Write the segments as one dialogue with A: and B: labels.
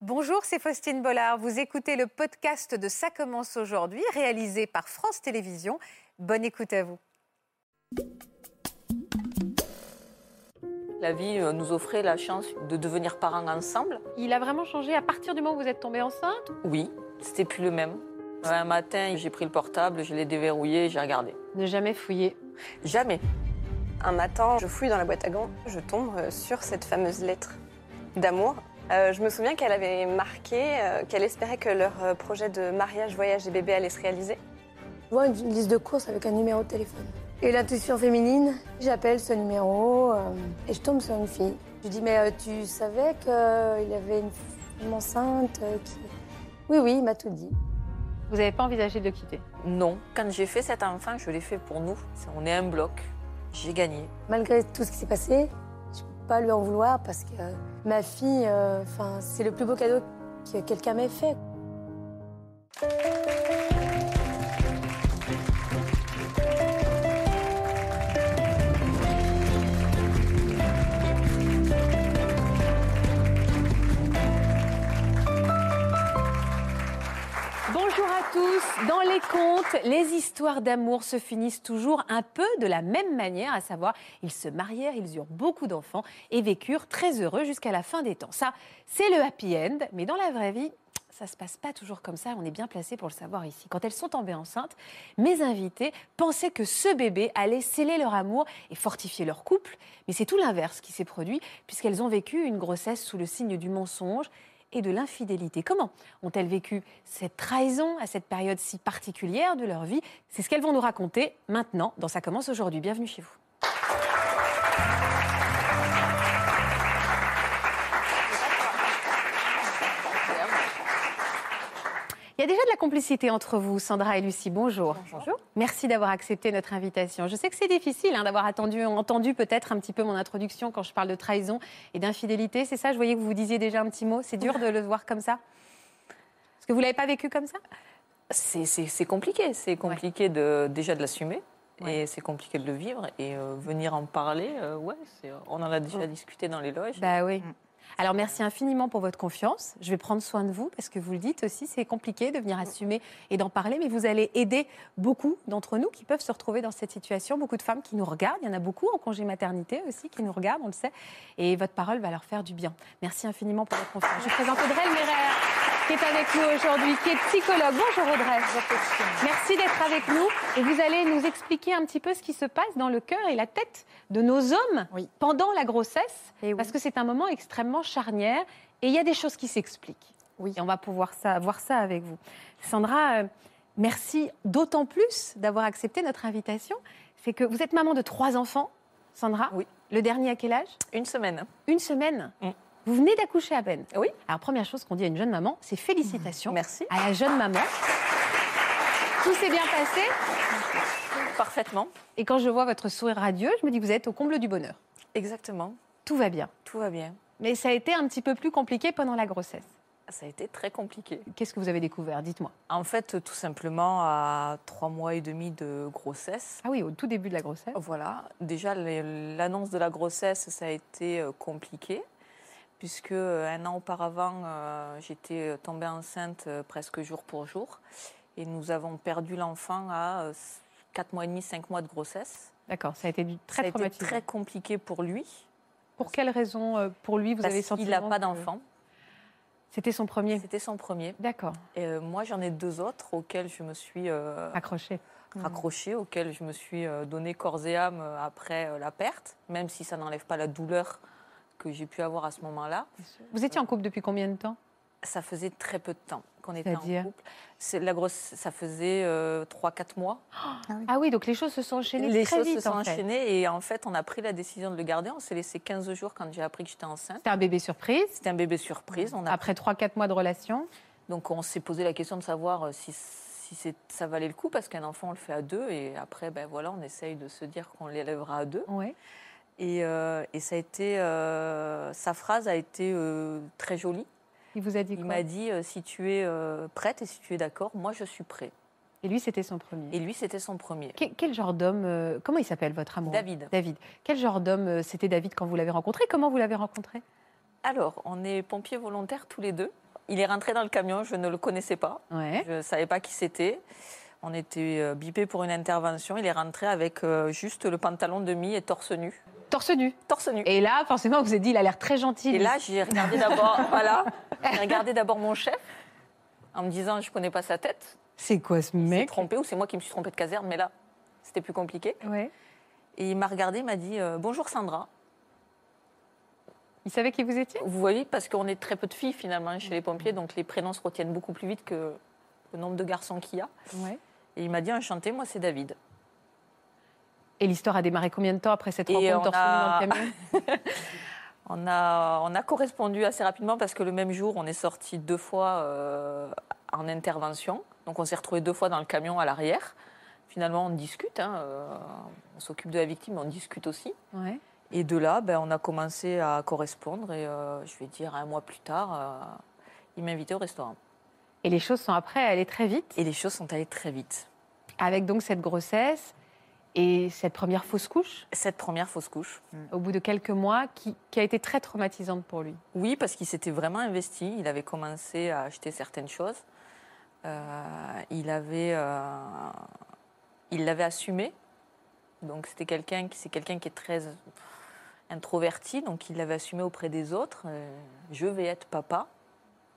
A: Bonjour, c'est Faustine Bollard. Vous écoutez le podcast de Ça commence aujourd'hui, réalisé par France Télévisions. Bonne écoute à vous.
B: La vie euh, nous offrait la chance de devenir parents ensemble.
C: Il a vraiment changé à partir du moment où vous êtes tombée enceinte
B: Oui, c'était plus le même. Un matin, j'ai pris le portable, je l'ai déverrouillé, j'ai regardé.
C: Ne jamais fouiller.
B: Jamais.
D: Un matin, je fouille dans la boîte à gants, je tombe euh, sur cette fameuse lettre d'amour. Euh, je me souviens qu'elle avait marqué euh, qu'elle espérait que leur euh, projet de mariage, voyage et bébé allait se réaliser.
E: Je vois une liste de courses avec un numéro de téléphone. Et l'intuition féminine, j'appelle ce numéro euh, et je tombe sur une fille. Je dis mais euh, tu savais qu'il avait une femme enceinte euh, qui... Oui oui, il m'a tout dit.
C: Vous n'avez pas envisagé de le quitter.
B: Non. Quand j'ai fait cet enfant, je l'ai fait pour nous. On est un bloc. J'ai gagné.
E: Malgré tout ce qui s'est passé, je peux pas lui en vouloir parce que euh, ma fille, euh, enfin c'est le plus beau cadeau que quelqu'un m'ait fait.
C: Bonjour à tous. Dans les contes, les histoires d'amour se finissent toujours un peu de la même manière, à savoir, ils se marièrent, ils eurent beaucoup d'enfants et vécurent très heureux jusqu'à la fin des temps. Ça, c'est le happy end, mais dans la vraie vie, ça se passe pas toujours comme ça, on est bien placé pour le savoir ici. Quand elles sont tombées enceintes, mes invités pensaient que ce bébé allait sceller leur amour et fortifier leur couple, mais c'est tout l'inverse qui s'est produit, puisqu'elles ont vécu une grossesse sous le signe du mensonge et de l'infidélité. Comment ont-elles vécu cette trahison à cette période si particulière de leur vie C'est ce qu'elles vont nous raconter maintenant dans Ça commence aujourd'hui. Bienvenue chez vous. Il y a déjà de la complicité entre vous, Sandra et Lucie. Bonjour. Bonjour. Merci d'avoir accepté notre invitation. Je sais que c'est difficile hein, d'avoir attendu, entendu peut-être un petit peu mon introduction quand je parle de trahison et d'infidélité. C'est ça, je voyais que vous vous disiez déjà un petit mot. C'est dur de le voir comme ça Parce que vous ne l'avez pas vécu comme ça
B: C'est- C'est c'est compliqué. C'est compliqué de, déjà de l'assumer. Et c'est compliqué de le vivre. Et euh, venir en parler, euh, ouais, c'est- on en a déjà discuté dans les loges.
C: Bah oui. Alors merci infiniment pour votre confiance. Je vais prendre soin de vous parce que vous le dites aussi, c'est compliqué de venir assumer et d'en parler, mais vous allez aider beaucoup d'entre nous qui peuvent se retrouver dans cette situation, beaucoup de femmes qui nous regardent, il y en a beaucoup en congé maternité aussi qui nous regardent, on le sait, et votre parole va leur faire du bien. Merci infiniment pour votre confiance. Je présente Audrey Merer qui est avec nous aujourd'hui, qui est psychologue. Bonjour Audrey. Merci d'être avec nous et vous allez nous expliquer un petit peu ce qui se passe dans le cœur et la tête de nos hommes pendant la grossesse. Parce que c'est un moment extrêmement charnière et il y a des choses qui s'expliquent. Oui. Et on va pouvoir ça, voir ça avec vous. Sandra, euh, merci d'autant plus d'avoir accepté notre invitation. C'est que vous êtes maman de trois enfants, Sandra.
B: Oui.
C: Le dernier à quel âge
B: Une semaine.
C: Une semaine.
B: Mm.
C: Vous venez d'accoucher à peine.
B: Oui. Mm.
C: Alors, première chose qu'on dit à une jeune maman, c'est félicitations
B: Merci.
C: à la jeune maman. Tout s'est bien passé.
B: Parfaitement.
C: Et quand je vois votre sourire radieux, je me dis que vous êtes au comble du bonheur.
B: Exactement.
C: Tout va bien.
B: Tout va bien.
C: Mais ça a été un petit peu plus compliqué pendant la grossesse.
B: Ça a été très compliqué.
C: Qu'est-ce que vous avez découvert Dites-moi.
B: En fait, tout simplement, à trois mois et demi de grossesse,
C: Ah oui, au tout début de la grossesse.
B: Voilà, déjà les- l'annonce de la grossesse, ça a été euh, compliqué, puisque euh, un an auparavant, euh, j'étais tombée enceinte euh, presque jour pour jour, et nous avons perdu l'enfant à euh, s- quatre mois et demi, cinq mois de grossesse.
C: D'accord, ça a été du- très
B: ça a été
C: traumatisant.
B: très compliqué pour lui,
C: Pour quelle raison, euh, pour lui, vous avez
B: parce
C: senti
B: qu'il n'a
C: vraiment
B: pas
C: que-
B: d'enfant,
C: C'était son premier.
B: c'était son premier.
C: D'accord,
B: Et euh, moi, j'en ai deux autres auxquels je me suis euh,
C: accroché.
B: raccroché, auquel je me suis euh, donné corps et âme euh, après euh, la perte, même si ça n'enlève pas la douleur que j'ai pu avoir à ce moment-là.
C: Vous étiez en couple depuis combien de temps
B: Ça faisait très peu de temps qu'on était en
C: C'est-à-dire
B: couple. C'est- La grosse, ça faisait euh, 3-4 mois.
C: Ah oui, donc les choses se sont enchaînées
B: Les
C: très
B: choses
C: vite
B: se sont
C: en fait.
B: enchaînées et en fait, on a pris la décision de le garder. On s'est laissé 15 jours quand j'ai appris que j'étais enceinte.
C: C'était un bébé surprise.
B: C'était un bébé surprise. On a...
C: Après 3-4 mois de relation,
B: Donc on s'est posé la question de savoir euh, si, si c'est- ça valait le coup parce qu'un enfant, on le fait à deux et après, ben voilà, on essaye de se dire qu'on l'élèvera à deux.
C: ouais.
B: Et, euh, et ça a été, euh, sa phrase a été euh, très jolie.
C: il vous a dit
B: Il
C: quoi
B: m'a dit euh, si tu es euh, prête et si tu es d'accord, moi je suis prêt.
C: Et lui, c'était son premier.
B: Et lui, c'était son premier.
C: Que- quel genre d'homme euh, Comment il s'appelle votre amour
B: David.
C: David. Quel genre d'homme euh, c'était David quand vous l'avez rencontré Comment vous l'avez rencontré
B: Alors, on est pompiers volontaires tous les deux. Il est rentré dans le camion, je ne le connaissais pas.
C: Ouais.
B: Je ne savais pas qui c'était. On était euh, bipé pour une intervention. Il est rentré avec euh, juste le pantalon demi et torse nu.
C: Torse nu.
B: Torse nu.
C: Et là, forcément, vous avez dit, il a l'air très gentil. lui.
B: Et là, j'ai regardé d'abord, voilà, j'ai regardé d'abord mon chef en me disant je connais pas sa tête.
C: c'est quoi ce
B: Il s'est
C: mec
B: trompé ou c'est moi qui me suis trompée de caserne, mais là, c'était plus compliqué.
C: Ouais.
B: Et il m'a regardé, il m'a dit euh, bonjour Sandra.
C: Il savait qui vous étiez
B: Vous voyez, parce qu'on est très peu de filles finalement chez les pompiers, donc les prénoms se retiennent beaucoup plus vite que le nombre de garçons qu'il y a.
C: ouais.
B: Et il m'a dit enchanté, moi c'est David.
C: Et l'histoire a démarré combien de temps après cette
B: Et
C: rencontre
B: on
C: torse
B: a-
C: nu dans le camion
B: On a, on a correspondu assez rapidement parce que le même jour, on est sorti deux fois euh, en intervention. Donc on s'est retrouvé deux fois dans le camion à l'arrière. Finalement, on discute. hein, euh, on s'occupe de la victime, mais on discute aussi.
C: Ouais.
B: Et de là, ben, on a commencé à correspondre. Et euh, je vais dire, un mois plus tard, euh, il m'a invité au restaurant.
C: Et les choses sont après allées très vite,
B: Et les choses sont allées très vite.
C: avec donc cette grossesse et cette première fausse couche,
B: Cette première fausse couche.
C: au bout de quelques mois, qui, qui a été très traumatisante pour lui.
B: Oui, parce qu'il s'était vraiment investi. Il avait commencé à acheter certaines choses. Euh, il avait, euh, il l'avait assumé. Donc c'était quelqu'un qui, c'est quelqu'un qui est très introverti. Donc il l'avait assumé auprès des autres. Euh, je vais être papa.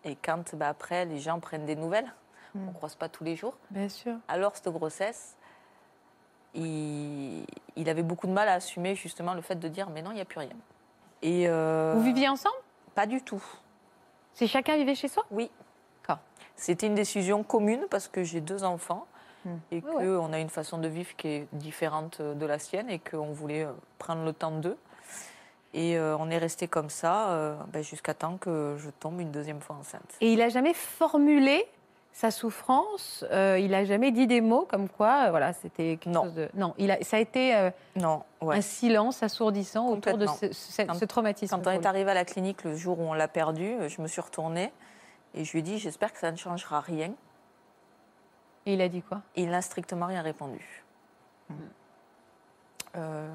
B: Et quand bah, après les gens prennent des nouvelles, on ne croise pas tous les jours.
C: Bien sûr.
B: Alors cette grossesse, il, il avait beaucoup de mal à assumer justement le fait de dire mais non il n'y a plus rien. Et euh,
C: Vous viviez ensemble
B: pas du tout.
C: C'est chacun vivait chez soi
B: Oui.
C: D'accord.
B: C'était une décision commune parce que j'ai deux enfants
D: Hmm.
B: et
C: Ouais, ouais.
B: qu'on a une façon de vivre qui est différente de la sienne et qu'on voulait euh, prendre le temps d'eux. Et euh, on est resté comme ça euh, ben, jusqu'à temps que je tombe une deuxième fois enceinte.
C: Et il n'a jamais formulé sa souffrance, euh, il n'a jamais dit des mots comme quoi, euh, voilà, c'était quelque
B: Non.
C: chose de... Non, il a, ça a été euh,
B: Non, ouais.
C: un silence assourdissant autour de ce,
B: Complètement.
C: ce-
B: Quand-
C: ce traumatisme.
B: Quand on
C: pour
B: est
C: lui.
B: arrivé à la clinique le jour où on l'a perdu, euh, je me suis retournée et je lui ai dit j'espère que ça ne changera rien.
C: Et il a dit quoi
B: Il n'a strictement rien répondu.
C: Hmm.
B: Euh,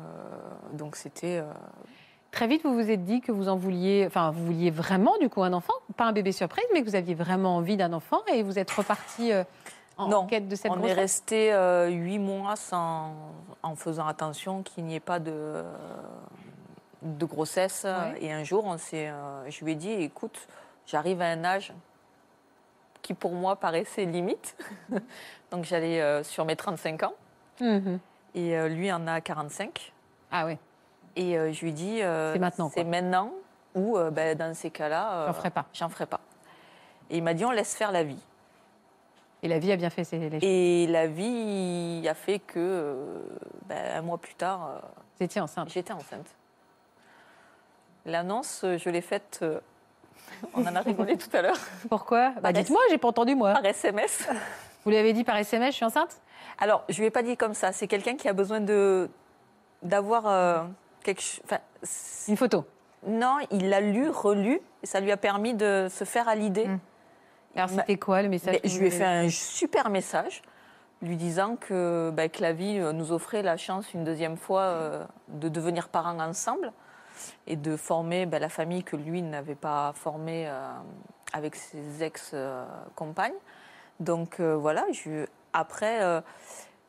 B: donc c'était euh,
C: Très vite, vous vous êtes dit que vous en vouliez, enfin, vous vouliez vraiment du coup un enfant, pas un bébé surprise, mais que vous aviez vraiment envie d'un enfant et vous êtes reparti euh, en
B: Non,
C: en quête de cette
B: on est
C: grossesse.
B: resté euh, huit mois sans, en faisant attention qu'il n'y ait pas de, de grossesse.
C: Ouais.
B: Et un jour, on s'est, euh, je lui ai dit, écoute, j'arrive à un âge qui pour moi paraissait limite. Donc j'allais euh, sur mes 35 ans
C: Mhm.
B: et euh, lui en a 45.
C: Ah oui,
B: Et euh, je lui ai dit, euh,
C: C'est maintenant,
B: C'est
C: quoi.
B: maintenant ou euh, ben, dans ces cas-là, euh,
C: j'en ferai pas.
B: j'en ferai pas. Et il m'a dit, on laisse faire la vie.
C: Et la vie a bien fait ses les choses.
B: Et la vie a fait que euh, ben, un mois plus tard, euh,
C: Vous étiez enceinte.
B: j'étais enceinte. L'annonce, euh, je l'ai faite, euh, on en a rigolé tout à l'heure,
C: Pourquoi bah,
B: Par
C: Dites-moi, j'ai pas entendu moi.
B: par SMS.
C: Vous lui avez dit par SMS, je suis enceinte
B: Alors, je ne lui ai pas dit comme ça, c'est quelqu'un qui a besoin de d'avoir euh, quelque chose. enfin, c'est-
C: Une photo.
B: non, il l'a lu, relu, et ça lui a permis de se faire à l'idée.
D: Mm.
B: Il
C: Alors
B: m'a-
C: c'était quoi le message
B: Ben,
C: que
B: je
C: vous
B: lui ai
C: avez
B: fait un super message lui disant que, ben, que la vie euh, nous offrait la chance une deuxième fois euh, de devenir parents ensemble et de former ben, la famille que lui n'avait pas formée euh, avec ses ex-compagnes. Donc euh, voilà, je- après, euh,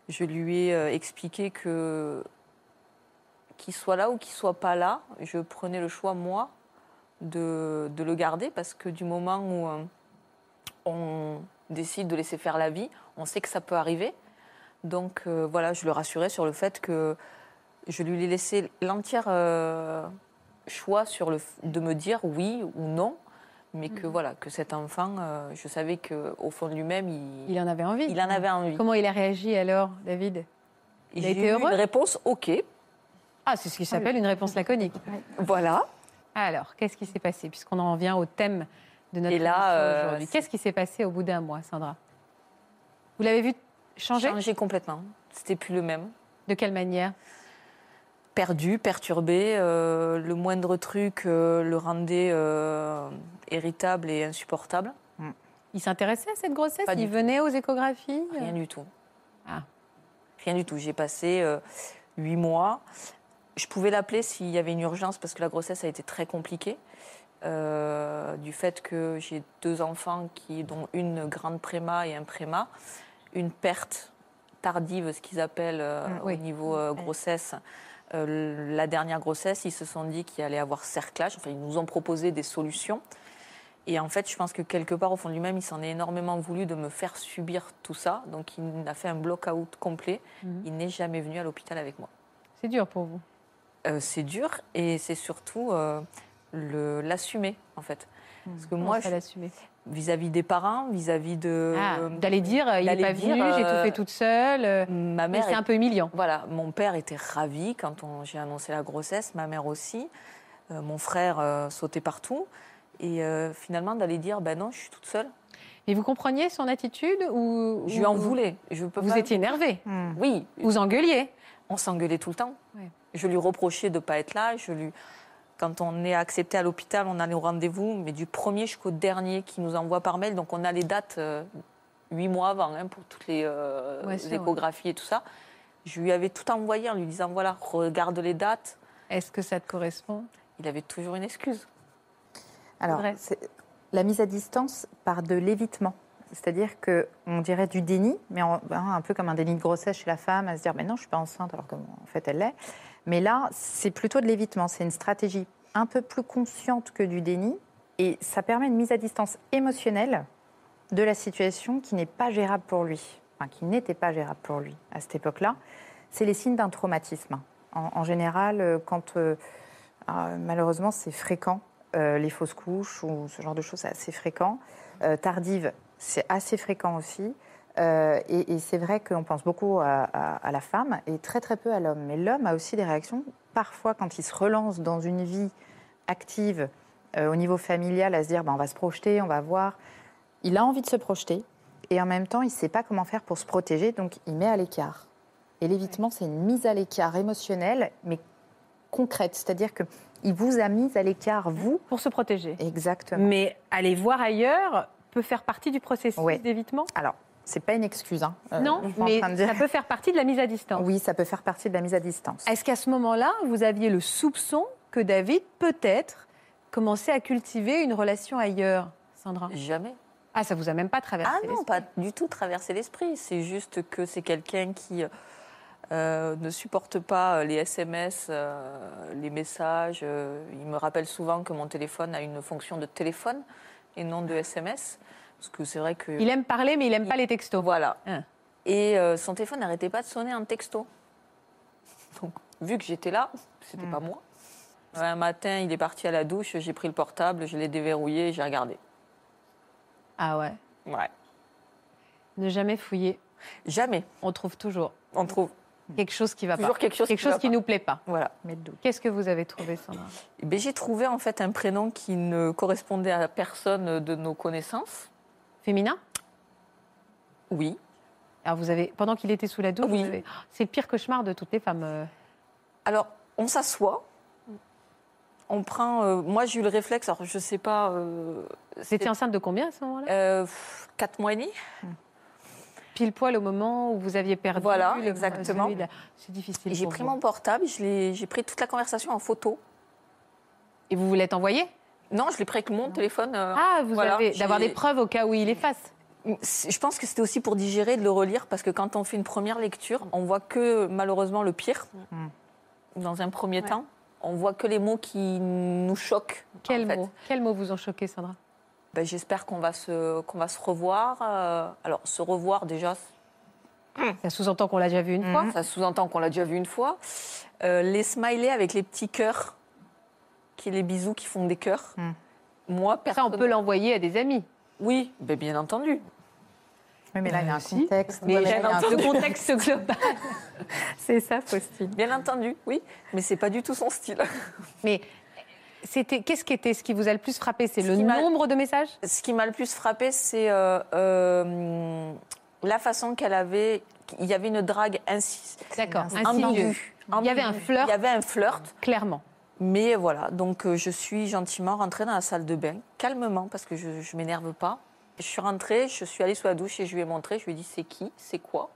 B: je lui ai euh, expliqué que qu'il soit là ou qu'il soit pas là, je prenais le choix, moi, de, de le garder parce que du moment où... euh, on décide de laisser faire la vie, on sait que ça peut arriver. Donc euh, voilà, je le rassurais sur le fait que je lui ai laissé l'entière euh, choix sur le f- de me dire oui ou non, mais que
C: Mhm.
B: voilà, que cet enfant, euh, je savais que au fond de lui-même, il,
C: Il en avait envie.
B: il en avait envie.
C: Comment il a réagi alors, David il a
B: J'ai
C: été
B: eu
C: heureux
B: Une réponse OK.
C: Ah, c'est ce qui s'appelle une réponse laconique.
B: Voilà.
C: Alors, qu'est-ce qui s'est passé Puisqu'on en revient au thème de notre
B: Et là,
C: émission
B: euh,
C: aujourd'hui.
B: c'est-
C: Qu'est-ce qui s'est passé au bout d'un mois, Sandra Vous l'avez vu changer
B: Changé complètement. C'était plus le même.
C: De quelle manière
B: perdu, perturbé. euh, le moindre truc euh, le rendait euh, irritable et insupportable.
C: Il s'intéressait à cette grossesse
B: Pas du
C: Il
B: tout.
C: venait aux échographies
B: Rien du tout.
C: Ah.
B: Rien du tout. J'ai passé euh, huit mois. Je pouvais l'appeler s'il y avait une urgence parce que la grossesse a été très compliquée. euh, du fait que j'ai deux enfants, qui, dont une grande préma et un préma, une perte tardive, ce qu'ils appellent euh,
C: Mm, oui.
B: au niveau euh, grossesse. Euh, la dernière grossesse, ils se sont dit qu'il allait avoir cerclage. Enfin, ils nous ont proposé des solutions. Et en fait, je pense que quelque part, au fond de lui-même, il s'en est énormément voulu de me faire subir tout ça. Donc, il a fait un block-out complet. Il n'est jamais venu à l'hôpital avec moi.
C: C'est dur pour vous.
B: Euh, c'est dur et c'est surtout euh, le- l'assumer, en fait.
C: Hmm.
B: Parce que moi,
C: Moi, je
B: je-
C: l'assumer.
B: vis-à-vis des parents, vis-à-vis de.
C: Ah,
B: euh,
C: D'aller dire, euh, il n'est
B: d'aller
C: pas
B: dire,
C: venu, j'ai tout
B: euh,
C: fait toute seule. euh,
B: Ma
C: mais
B: mère
C: c'est un peu humiliant.
B: Voilà, mon père était ravi quand on- j'ai annoncé la grossesse, ma mère aussi. Euh, mon frère euh, sautait partout. Et euh, finalement, d'aller dire, ben non, je suis toute seule.
C: Mais vous compreniez son attitude ou
B: Je lui en
C: ou-
B: voulais. Je peux
C: Vous
B: pas-
C: étiez énervé,
B: Oui,
C: vous engueuliez.
B: on s'engueulait tout le temps.
C: Ouais.
B: Je lui reprochais de ne pas être là. Je lui... Quand on est accepté à l'hôpital, on allait au rendez-vous, mais du premier jusqu'au dernier qui nous envoie par mail. Donc on a les dates euh, huit mois avant hein, pour toutes les euh,
C: Ouais, sûr, ouais.
B: échographies et tout ça. Je lui avais tout envoyé en lui disant voilà, regarde les dates.
C: Est-ce que ça te correspond
B: Il avait toujours une excuse.
F: Alors,
C: Vrai.
F: c'est la mise à distance par de l'évitement. C'est-à-dire que on dirait du déni, mais en- hein, un peu comme un déni de grossesse chez la femme, à se dire mais non, je suis pas enceinte, alors qu'en fait elle l'est. Mais là, c'est plutôt de l'évitement. C'est une stratégie un peu plus consciente que du déni, et ça permet une mise à distance émotionnelle de la situation qui n'est pas gérable pour lui, enfin qui n'était pas gérable pour lui à cette époque-là. C'est les signes d'un traumatisme. En, en général, euh, quand euh, euh, malheureusement c'est fréquent, euh, les fausses couches ou ce genre de choses, c'est assez fréquent. Euh, tardive, c'est assez fréquent aussi. Euh, et et c'est vrai qu'on pense beaucoup à, à- à la femme et très très peu à l'homme. Mais l'homme a aussi des réactions, parfois quand il se relance dans une vie active euh, au niveau familial, à se dire ben, on va se projeter, on va voir. Il a envie de se projeter et en même temps il ne sait pas comment faire pour se protéger, donc il met à l'écart. Et l'évitement, c'est une mise à l'écart émotionnelle, mais concrète. C'est-à-dire que il vous a mis à l'écart, vous,
C: Pour se protéger.
F: Exactement.
C: Mais aller voir ailleurs peut faire partie du processus
F: Ouais.
C: d'évitement
F: Alors, c'est pas une excuse. Hein. Euh,
C: Non,
F: je suis en
C: mais
F: train de dire-
C: ça peut Ah. faire partie de la mise à distance.
F: Oui, ça peut faire partie de la mise à distance.
C: Est-ce qu'à ce moment-là, vous aviez le soupçon que David, peut-être, commençait à cultiver une relation ailleurs, Sandra
B: Jamais.
C: Ah, ça vous a même pas traversé
B: Ah non,
C: l'esprit.
B: pas du tout traverser l'esprit. C'est juste que c'est quelqu'un qui euh, ne supporte pas euh, les SMS, euh, les messages. Euh, Il me rappelle souvent que mon téléphone a une fonction de téléphone et non de SMS. Parce que c'est vrai que...
C: Il aime parler, mais il aime pas les textos.
B: Voilà.
C: Hein.
B: Et euh, son téléphone n'arrêtait pas de sonner en texto. Donc, vu que j'étais là, c'était
C: Hmm.
B: pas moi. Un matin, il est parti à la douche, j'ai pris le portable, je l'ai déverrouillé et j'ai regardé.
C: Ah ouais.
B: Ouais.
C: Ne jamais fouiller.
B: Jamais.
C: On trouve toujours
B: On trouve
C: quelque chose qui va
B: toujours
C: pas.
B: quelque
C: Hmm. Ah bah.
B: chose
C: Quelque
B: qui, va
C: chose qui
B: pas.
C: nous plaît pas.
B: Voilà.
F: Mais le doute.
C: Qu'est-ce que vous avez trouvé, Sandra
B: Eh ben, j'ai trouvé en fait un prénom qui ne correspondait à personne de nos connaissances.
C: Féminin
B: Oui.
C: Alors vous avez, pendant qu'il était sous la douche,
B: Oui.
C: vous avez- oh, c'est le pire cauchemar de toutes les femmes. euh.
B: Alors, on s'assoit. On prend. euh, moi, j'ai eu le réflexe. Alors, je sais pas.
C: Vous
B: euh,
C: étiez
B: c'était
C: enceinte de combien à ce moment-là
B: euh, pff, quatre mois et demi.
C: Pile poil au moment où vous aviez perdu.
B: Voilà,
C: le-
B: exactement.
C: celui de la- C'est difficile.
B: Et J'ai
C: pour
B: pris
C: vous.
B: mon portable. je l'ai- J'ai pris toute la conversation en photo.
C: Et vous voulez t'envoyer
B: Non, je l'ai pris avec mon téléphone. euh,
C: Ah, vous
B: voilà,
C: avez
B: j'ai-
C: d'avoir des preuves au cas où il efface.
B: C'est- Je pense que c'était aussi pour digérer, de le relire, parce que quand on fait une première lecture, on voit que malheureusement le pire.
F: Mm.
B: Dans un premier temps, on voit que les mots qui nous choquent. en
C: Quels
B: fait.
C: mots Quels mots vous ont choqué, Sandra
B: Ben, J'espère qu'on va, se- qu'on va se revoir. euh, alors, se revoir, déjà,
C: Ça sous-entend qu'on l'a déjà vu une
F: Mm.
C: fois.
B: ça sous-entend qu'on l'a déjà vu une fois. Euh, les smileys avec les petits cœurs, qui les bisous qui font des cœurs.
F: Mm.
B: Moi,
C: Ça, on
B: personne.
C: peut l'envoyer à des amis.
B: Oui, ben, bien entendu.
F: Oui, mais là, il y a un
C: Euh, si.
F: contexte.
B: Mais
F: Ouais, mais
B: j'ai
F: là, il y a un
B: entendu.
C: Le contexte global.
F: C'est ça, Faustine.
B: Bien entendu, oui. Mais c'est pas du tout son style.
C: Mais c'était, qu'est-ce qui était ce qui vous a le plus frappé C'est
B: Ce
C: le
B: qui m'a-
C: nombre de messages
B: Ce qui m'a le plus frappé, c'est euh, euh, la façon qu'elle avait. Il y avait une drague ainsi.
C: D'accord,
F: C'est
C: insidieux,
B: ambiguë.
C: Il y avait un
B: Ambiguë.
C: flirt.
B: Il y avait un flirt.
C: clairement.
B: Mais voilà, donc euh, je suis gentiment rentrée dans la salle de bain, calmement, parce que je ne m'énerve pas. Je suis rentrée, je suis allée sous la douche et je lui ai montré, je lui ai dit c'est qui, c'est quoi.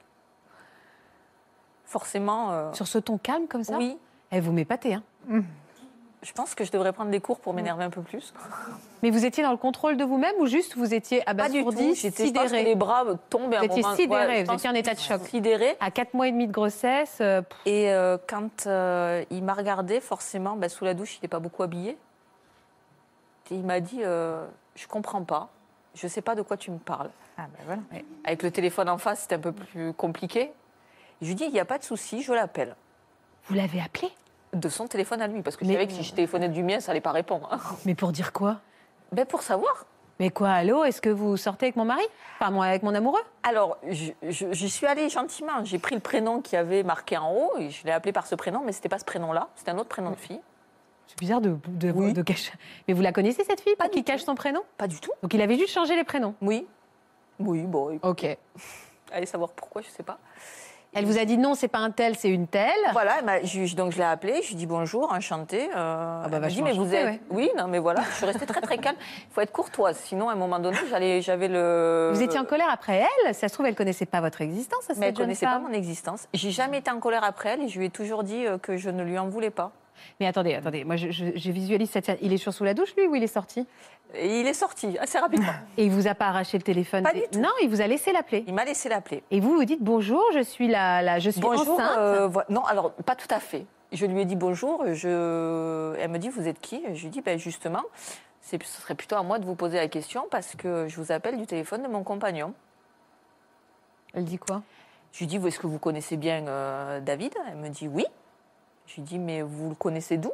B: Forcément, euh,
C: Sur ce ton calme comme ça
B: oui,
C: Eh, Elle vous met pâté, hein
B: Je pense que je devrais prendre des cours pour
C: Mm.
B: m'énerver un peu plus.
C: Mais vous étiez dans le contrôle de vous-même ou juste vous étiez abasourdi,
B: J'étais je pense que les
C: sidéré
B: bras tombent à un
C: Vous étiez
B: moment.
C: sidéré,
B: je
C: vous
B: pense
C: étiez en
B: que
C: état de
B: je
C: choc.
B: suis Sidéré.
C: À 4 mois et demi de grossesse, euh, pff,
B: Et euh, quand euh, il m'a regardé, forcément, bah, sous la douche, il n'est pas beaucoup habillé. Et il m'a dit euh, Je comprends pas, je sais pas de quoi tu me parles.
F: Ah, ben voilà.
B: Avec le téléphone en face, c'était un peu plus compliqué. Je lui dis Il n'y a pas de souci, je l'appelle.
C: vous l'avez appelé
B: De son téléphone à lui, parce que je
C: Mais-
B: savais que si je téléphonais du mien, ça allait pas répondre.
C: Mais pour dire quoi
B: ben, pour savoir.
C: Mais quoi, allô, est-ce que vous sortez avec mon mari Enfin, moi, avec mon amoureux
B: Alors, je- je- j'y suis allée gentiment. J'ai pris le prénom qui avait marqué en haut et je l'ai appelé par ce prénom, mais c'était pas ce prénom-là. C'était un autre prénom de fille.
C: C'est bizarre de, de,
B: Oui.
C: de cacher. Mais vous la connaissez, cette fille,
B: Pas
C: qui
B: du
C: cache son prénom
B: Pas du tout.
C: Donc il avait juste changé les prénoms.
B: Oui. Oui, bon, écoute,
C: Ok.
B: allez savoir pourquoi, je sais pas.
C: Elle vous a dit non, c'est pas un tel, c'est une telle.
B: Voilà, elle m'a- je- je- donc je l'ai appelée, je lui ai dit bonjour, enchantée.
C: bah,
B: euh, elle m'a dit,
C: vachement
B: mais vous
C: enchantée,
B: êtes.
C: ouais.
B: Oui, non, mais voilà, je suis restée très très calme. Il faut être courtoise, sinon à un moment donné, j'allais, j'avais le.
C: Vous étiez en colère après elle. Ça se trouve, elle connaissait pas votre existence, cette
B: Mais elle
C: jeune
B: connaissait pas
C: femme.
B: mon existence. J'ai jamais été en colère après elle et je lui ai toujours dit euh, que je ne lui en voulais pas.
C: Mais attendez, attendez. Moi, je, je- je visualise cette scène. Il est toujours sous la douche, lui, ou il est sorti
B: Et il est sorti assez rapidement.
C: Et il vous a pas arraché le téléphone
B: Pas
C: c'est-
B: du tout.
C: Non, il vous a laissé l'appeler.
B: Il m'a laissé l'appeler.
C: Et vous, vous dites bonjour, je suis la, la- je suis
B: Bonjour.
C: enceinte.
B: euh, vo- non, alors pas tout à fait. Je lui ai dit bonjour. Je... Elle me dit vous êtes qui Je lui dis ben justement, c'est- ce serait plutôt à moi de vous poser la question parce que je vous appelle du téléphone de mon compagnon.
C: Elle dit quoi
B: Je lui dis est-ce que vous connaissez bien euh, David Elle me dit oui. Je lui dis mais vous le connaissez d'où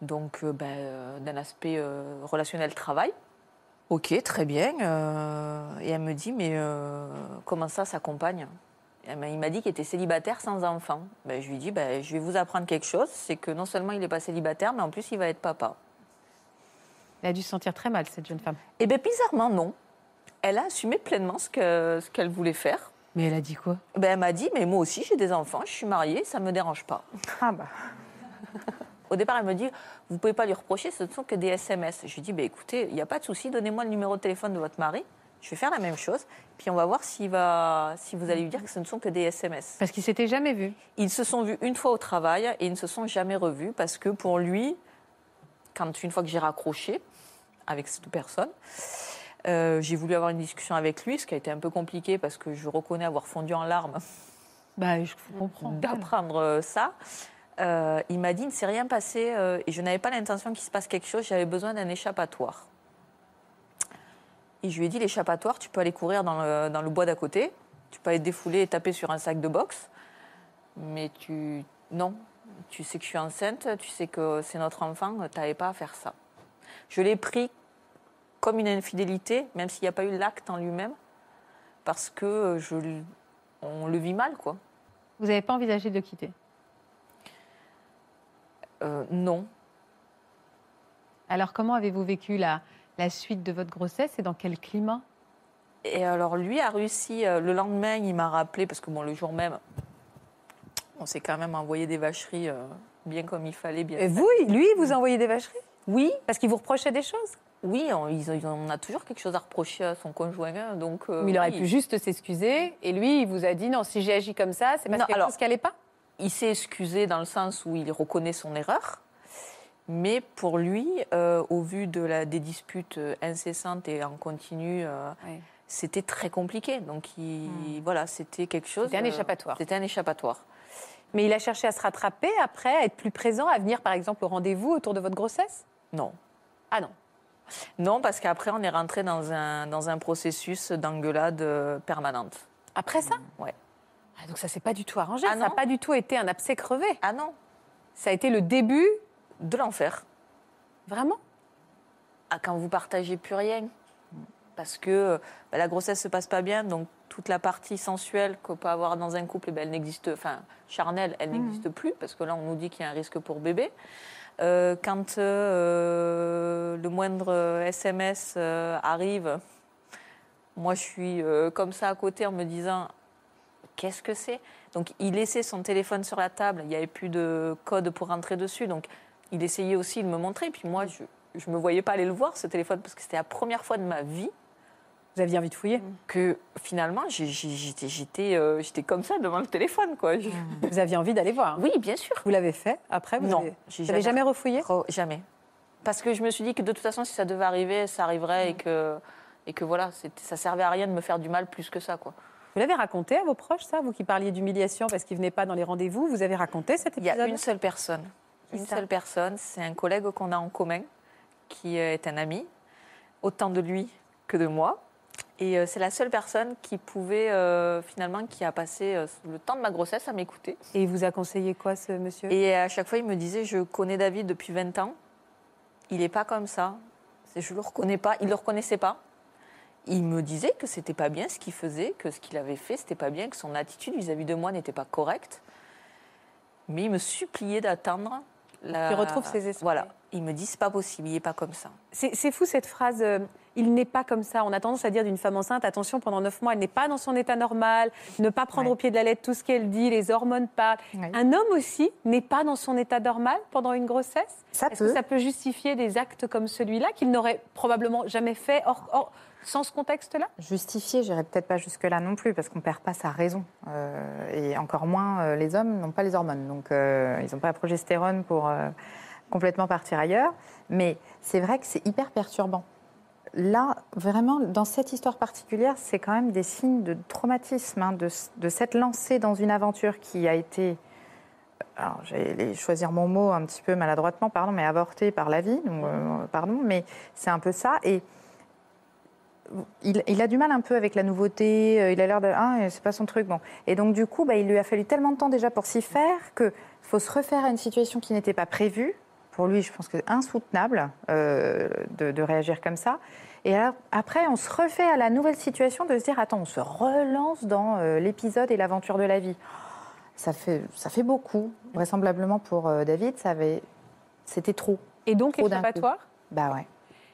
B: Donc euh, ben, euh, d'un aspect euh, relationnel travail. Ok, très bien. euh, et elle me dit mais euh, comment ça sa compagne Elle m'a- Il m'a dit qu'il était célibataire sans enfant. Ben, je lui dis ben, je vais vous apprendre quelque chose, c'est que non seulement il n'est pas célibataire, mais en plus il va être papa.
C: Elle a dû se sentir très mal, cette jeune femme.
B: Et bien Eh ben, bizarrement non. Elle a assumé pleinement ce que- ce qu'elle voulait faire.
C: Mais elle a dit quoi
B: Ben, elle m'a dit, mais moi aussi j'ai des enfants, je suis mariée, ça ne me dérange pas.
F: Ah, bah.
B: Au départ, elle me dit, vous ne pouvez pas lui reprocher, ce ne sont que des SMS. Je lui dis, ben, écoutez, il n'y a pas de souci, donnez-moi le numéro de téléphone de votre mari, je vais faire la même chose, puis on va voir s'il va, si vous allez lui dire que ce ne sont que des SMS.
C: Parce qu'ils s'étaient jamais vus.
B: Ils se sont vus une fois au travail et ils ne se sont jamais revus parce que pour lui, quand une fois que j'ai raccroché avec cette personne, euh, j'ai voulu avoir une discussion avec lui, ce qui a été un peu compliqué parce que je reconnais avoir fondu en larmes
C: Bah, je comprends.
B: d'apprendre euh, ça. Euh, il m'a dit, il ne s'est rien passé euh, et je n'avais pas l'intention qu'il se passe quelque chose, j'avais besoin d'un échappatoire. Et je lui ai dit, l'échappatoire, tu peux aller courir dans le, dans le bois d'à côté, tu peux aller te défouler et taper sur un sac de boxe, mais tu... Non, tu sais que je suis enceinte, tu sais que c'est notre enfant, tu n'avais pas à faire ça. Je l'ai pris comme une infidélité, même s'il n'y a pas eu l'acte en lui-même, parce que euh, je, l- on le vit mal, quoi.
C: Vous n'avez pas envisagé de le quitter
B: Euh, non.
C: Alors, comment avez-vous vécu la, la suite de votre grossesse et dans quel climat
B: Et alors lui a réussi, euh, le lendemain, il m'a rappelé, parce que bon, le jour même, on s'est quand même envoyé des vacheries euh, bien comme il fallait, bien.
A: Et vous, lui, il vous envoyez des vacheries
B: Oui,
A: Parce qu'il vous reprochait des choses
B: oui, on, ils ont- ils ont- on a toujours quelque chose à reprocher à son conjoint, hein, donc... euh,
G: Mais il aurait
B: oui.
G: pu juste s'excuser. Et lui, il vous a dit non, si j'ai agi comme ça, c'est parce qu'il
B: Non,
G: y a quelque
B: alors-
G: chose qui n'allait pas.
B: Il s'est excusé dans le sens où il reconnaît son erreur, mais pour lui, euh, au vu de la, des disputes euh, incessantes et en continu, euh,
G: Ouais.
B: c'était très compliqué. Donc il, voilà, c'était quelque chose...
G: Hmm. C'était un
B: euh,
G: échappatoire.
B: C'était un échappatoire.
G: Mais il a cherché à se rattraper après, à être plus présent, à venir par exemple au rendez-vous autour de votre grossesse
B: Non.
G: Ah non.
B: Non, parce qu'après, on est rentré dans un, dans un processus d'engueulade euh, permanente.
G: Après ça
B: Ouais.
G: Ah, donc ça s'est pas du tout arrangé.
B: Ah
G: ça n'a
B: non.
G: pas du tout été un abcès crevé.
B: Ah non,
G: Ça a été le début,
B: de l'enfer.
G: vraiment
B: Ah, quand vous partagez plus rien. Parce que euh, bah, la grossesse se passe pas bien, donc toute la partie sensuelle qu'on peut avoir dans un couple, eh ben, elle n'existe, enfin, charnelle, elle n'existe plus, parce que là, on nous dit qu'il y a un risque pour bébé. Euh, quand euh, le moindre SMS euh, arrive, moi, je suis euh, comme ça à côté en me disant qu'est-ce que c'est Donc, il laissait son téléphone sur la table, il n'y avait plus de code pour rentrer dessus, donc il essayait aussi de me montrer. Puis moi, je ne me voyais pas aller le voir, ce téléphone, parce que c'était la première fois de ma vie
D: Vous aviez envie de fouiller
F: Mm.
B: que finalement, j'ai- j'ai- j'étais j'étais, euh, j'étais comme ça devant le téléphone. Quoi. Je-
D: Vous aviez envie d'aller voir
B: Mm. Oui, bien sûr.
D: Vous l'avez fait après Ah, vous
B: Non,
D: avez-
B: j'ai
D: Vous n'avez jamais refouillé
B: Re- jamais. Parce que je me suis dit que de toute façon, si ça devait arriver, ça arriverait et que, et que voilà, c'était- ça servait à rien de me faire du mal plus que ça. Quoi.
D: Vous l'avez raconté à vos proches, ça Vous qui parliez d'humiliation parce qu'ils ne venaient pas dans les rendez-vous, vous avez raconté cet
B: Il y
D: épisode
B: a une seule personne. Une seule personne, c'est un collègue qu'on a en commun, qui euh, est un ami, autant de lui que de moi. Et euh, c'est la seule personne qui pouvait, euh, finalement, qui a passé euh, le temps de ma grossesse à m'écouter.
D: Et il vous a conseillé quoi, ce monsieur
B: Et à chaque fois, il me disait, je connais David depuis 20 ans. Il n'est pas comme ça. C'est- Je ne le reconnais pas. Il ne le reconnaissait pas. Il me disait que c'était pas bien ce qu'il faisait, que ce qu'il avait fait, c'était pas bien, que son attitude vis-à-vis de moi n'était pas correcte. Mais il me suppliait d'attendre. La...
D: Qu'il retrouve ses esprits.
B: Voilà. Il me dit, c'est pas possible, il n'est pas comme ça.
D: C'est c'est fou cette phrase. euh, il n'est pas comme ça. On a tendance à dire d'une femme enceinte, attention, pendant neuf mois, elle n'est pas dans son état normal. Ne pas prendre
F: Ouais.
D: au pied de la lettre tout ce qu'elle dit, les hormones parlent.
F: Ouais.
D: Un homme aussi n'est pas dans son état normal pendant une grossesse.
F: Ça
D: Est-ce que ça peut justifier des actes comme celui-là qu'il n'aurait probablement jamais fait hors- hors- sans ce contexte-là
F: Justifié, j'irai peut-être pas jusque-là non plus, parce qu'on perd pas sa raison. Euh, et encore moins, euh, les hommes n'ont pas les hormones. Donc, euh, ils n'ont pas la progestérone pour euh, complètement partir ailleurs. Mais c'est vrai que c'est hyper perturbant. Là, vraiment, dans cette histoire particulière, c'est quand même des signes de traumatisme, hein, de, de cette lancée dans une aventure qui a été alors j'allais choisir mon mot un petit peu maladroitement, pardon, mais avorté par la vie, donc, euh, pardon, mais c'est un peu ça. Et il, il a du mal un peu avec la nouveauté, euh, il a l'air de. Ah, c'est pas son truc, bon. Et donc, du coup, bah, il lui a fallu tellement de temps déjà pour s'y faire que faut se refaire à une situation qui n'était pas prévue. Pour lui, je pense que c'est insoutenable euh, de, de réagir comme ça. Et alors, après, on se refait à la nouvelle situation de se dire attends, on se relance dans euh, l'épisode et l'aventure de la vie. Ça fait, ça fait beaucoup. Vraisemblablement pour euh, David, ça avait, c'était trop.
D: Et donc,
F: Trop d'un coup.
D: échappatoire
F: Bah ouais.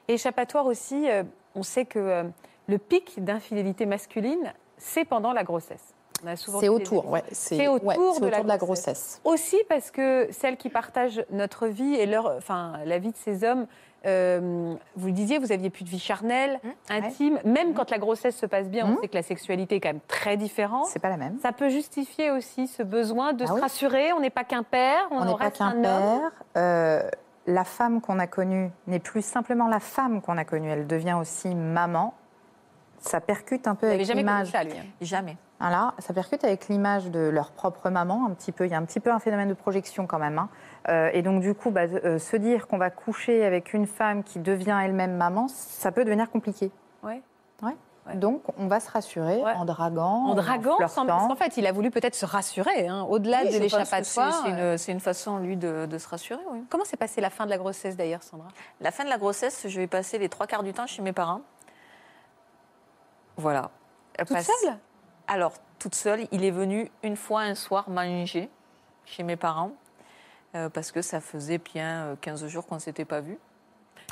D: Et échappatoire aussi, euh, on sait que euh, le pic d'infidélité masculine, c'est pendant la grossesse. On a souvent
H: C'est
D: vu des
H: autour,
D: émissions.
H: ouais.
D: C'est autour
H: ouais, c'est
D: de la
H: de la
D: grossesse.
H: grossesse.
D: Aussi parce que celles qui partagent notre vie et leur, enfin, la vie de ces hommes, euh, vous le disiez, vous aviez plus de vie charnelle, intime. Même quand la grossesse se passe bien, on
F: Mhm.
D: sait que la sexualité est quand même très différente.
F: C'est pas la même.
D: Ça peut justifier aussi ce besoin de
F: Ah
D: se
F: oui.
D: rassurer. On n'est pas qu'un père, on,
F: On
D: en
F: n'est pas
D: reste
F: qu'un
D: un homme.
F: père. Euh, la femme qu'on a connue n'est plus simplement la femme qu'on a connue. Elle devient aussi maman. Ça percute un peu
D: Vous n'avez
F: avec
D: jamais connu
F: l'image.
D: ça, lui.
B: Jamais.
F: Voilà, ça percute avec l'image de leur propre maman un petit peu. Il y a un petit peu un phénomène de projection quand même. hein. Euh, et donc du coup, bah, euh, se dire qu'on va coucher avec une femme qui devient elle-même maman, ça peut devenir compliqué.
D: Ouais.
F: Ouais.
D: Ouais.
F: Donc on va se rassurer
D: Ouais.
F: en draguant,
D: Oh, En draguant, sans,
F: flirtant.
D: en fait, il a voulu peut-être se rassurer, hein, au-delà
B: Oui,
D: de euh.
B: je pense que c'est-
D: l'échappatoire.
B: C'est une, c'est une façon, lui, de, de se rassurer, oui.
D: Comment s'est passée la fin de la grossesse d'ailleurs, Sandra
B: La fin de la grossesse, je vais passer les trois quarts du temps chez mes parents. Voilà.
D: Toute
B: Parce-
D: seule
B: Alors, toute seule, il est venu une fois un soir manger chez mes parents, euh, parce que ça faisait bien euh, 15 jours qu'on ne s'était pas vus.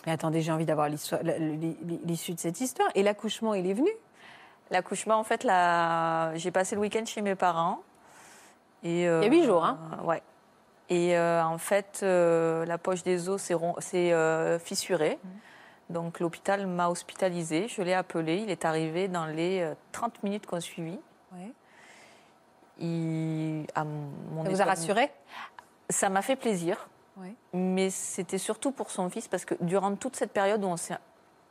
D: Mais attendez, j'ai envie d'avoir l'histoire- la- l'hi- l'issue de cette histoire. Et l'accouchement, il est venu
B: L'accouchement, en fait, la- j'ai passé le week-end chez mes parents. Et, euh,
D: Il y a huit jours, hein
B: euh, Ouais. Et euh, en fait, euh, la poche des os s'est ron- s'est euh, fissurée.
D: Mmh.
B: Donc l'hôpital m'a hospitalisée. Je l'ai appelé. Il est arrivé dans les euh, 30 minutes qu'on suivit.
D: Ouais.
B: Il, à mon
D: Ça vous a
B: étonnement-
D: rassuré
B: ça m'a fait plaisir.
D: Ouais.
B: Mais c'était surtout pour son fils parce que durant toute cette période où on s'est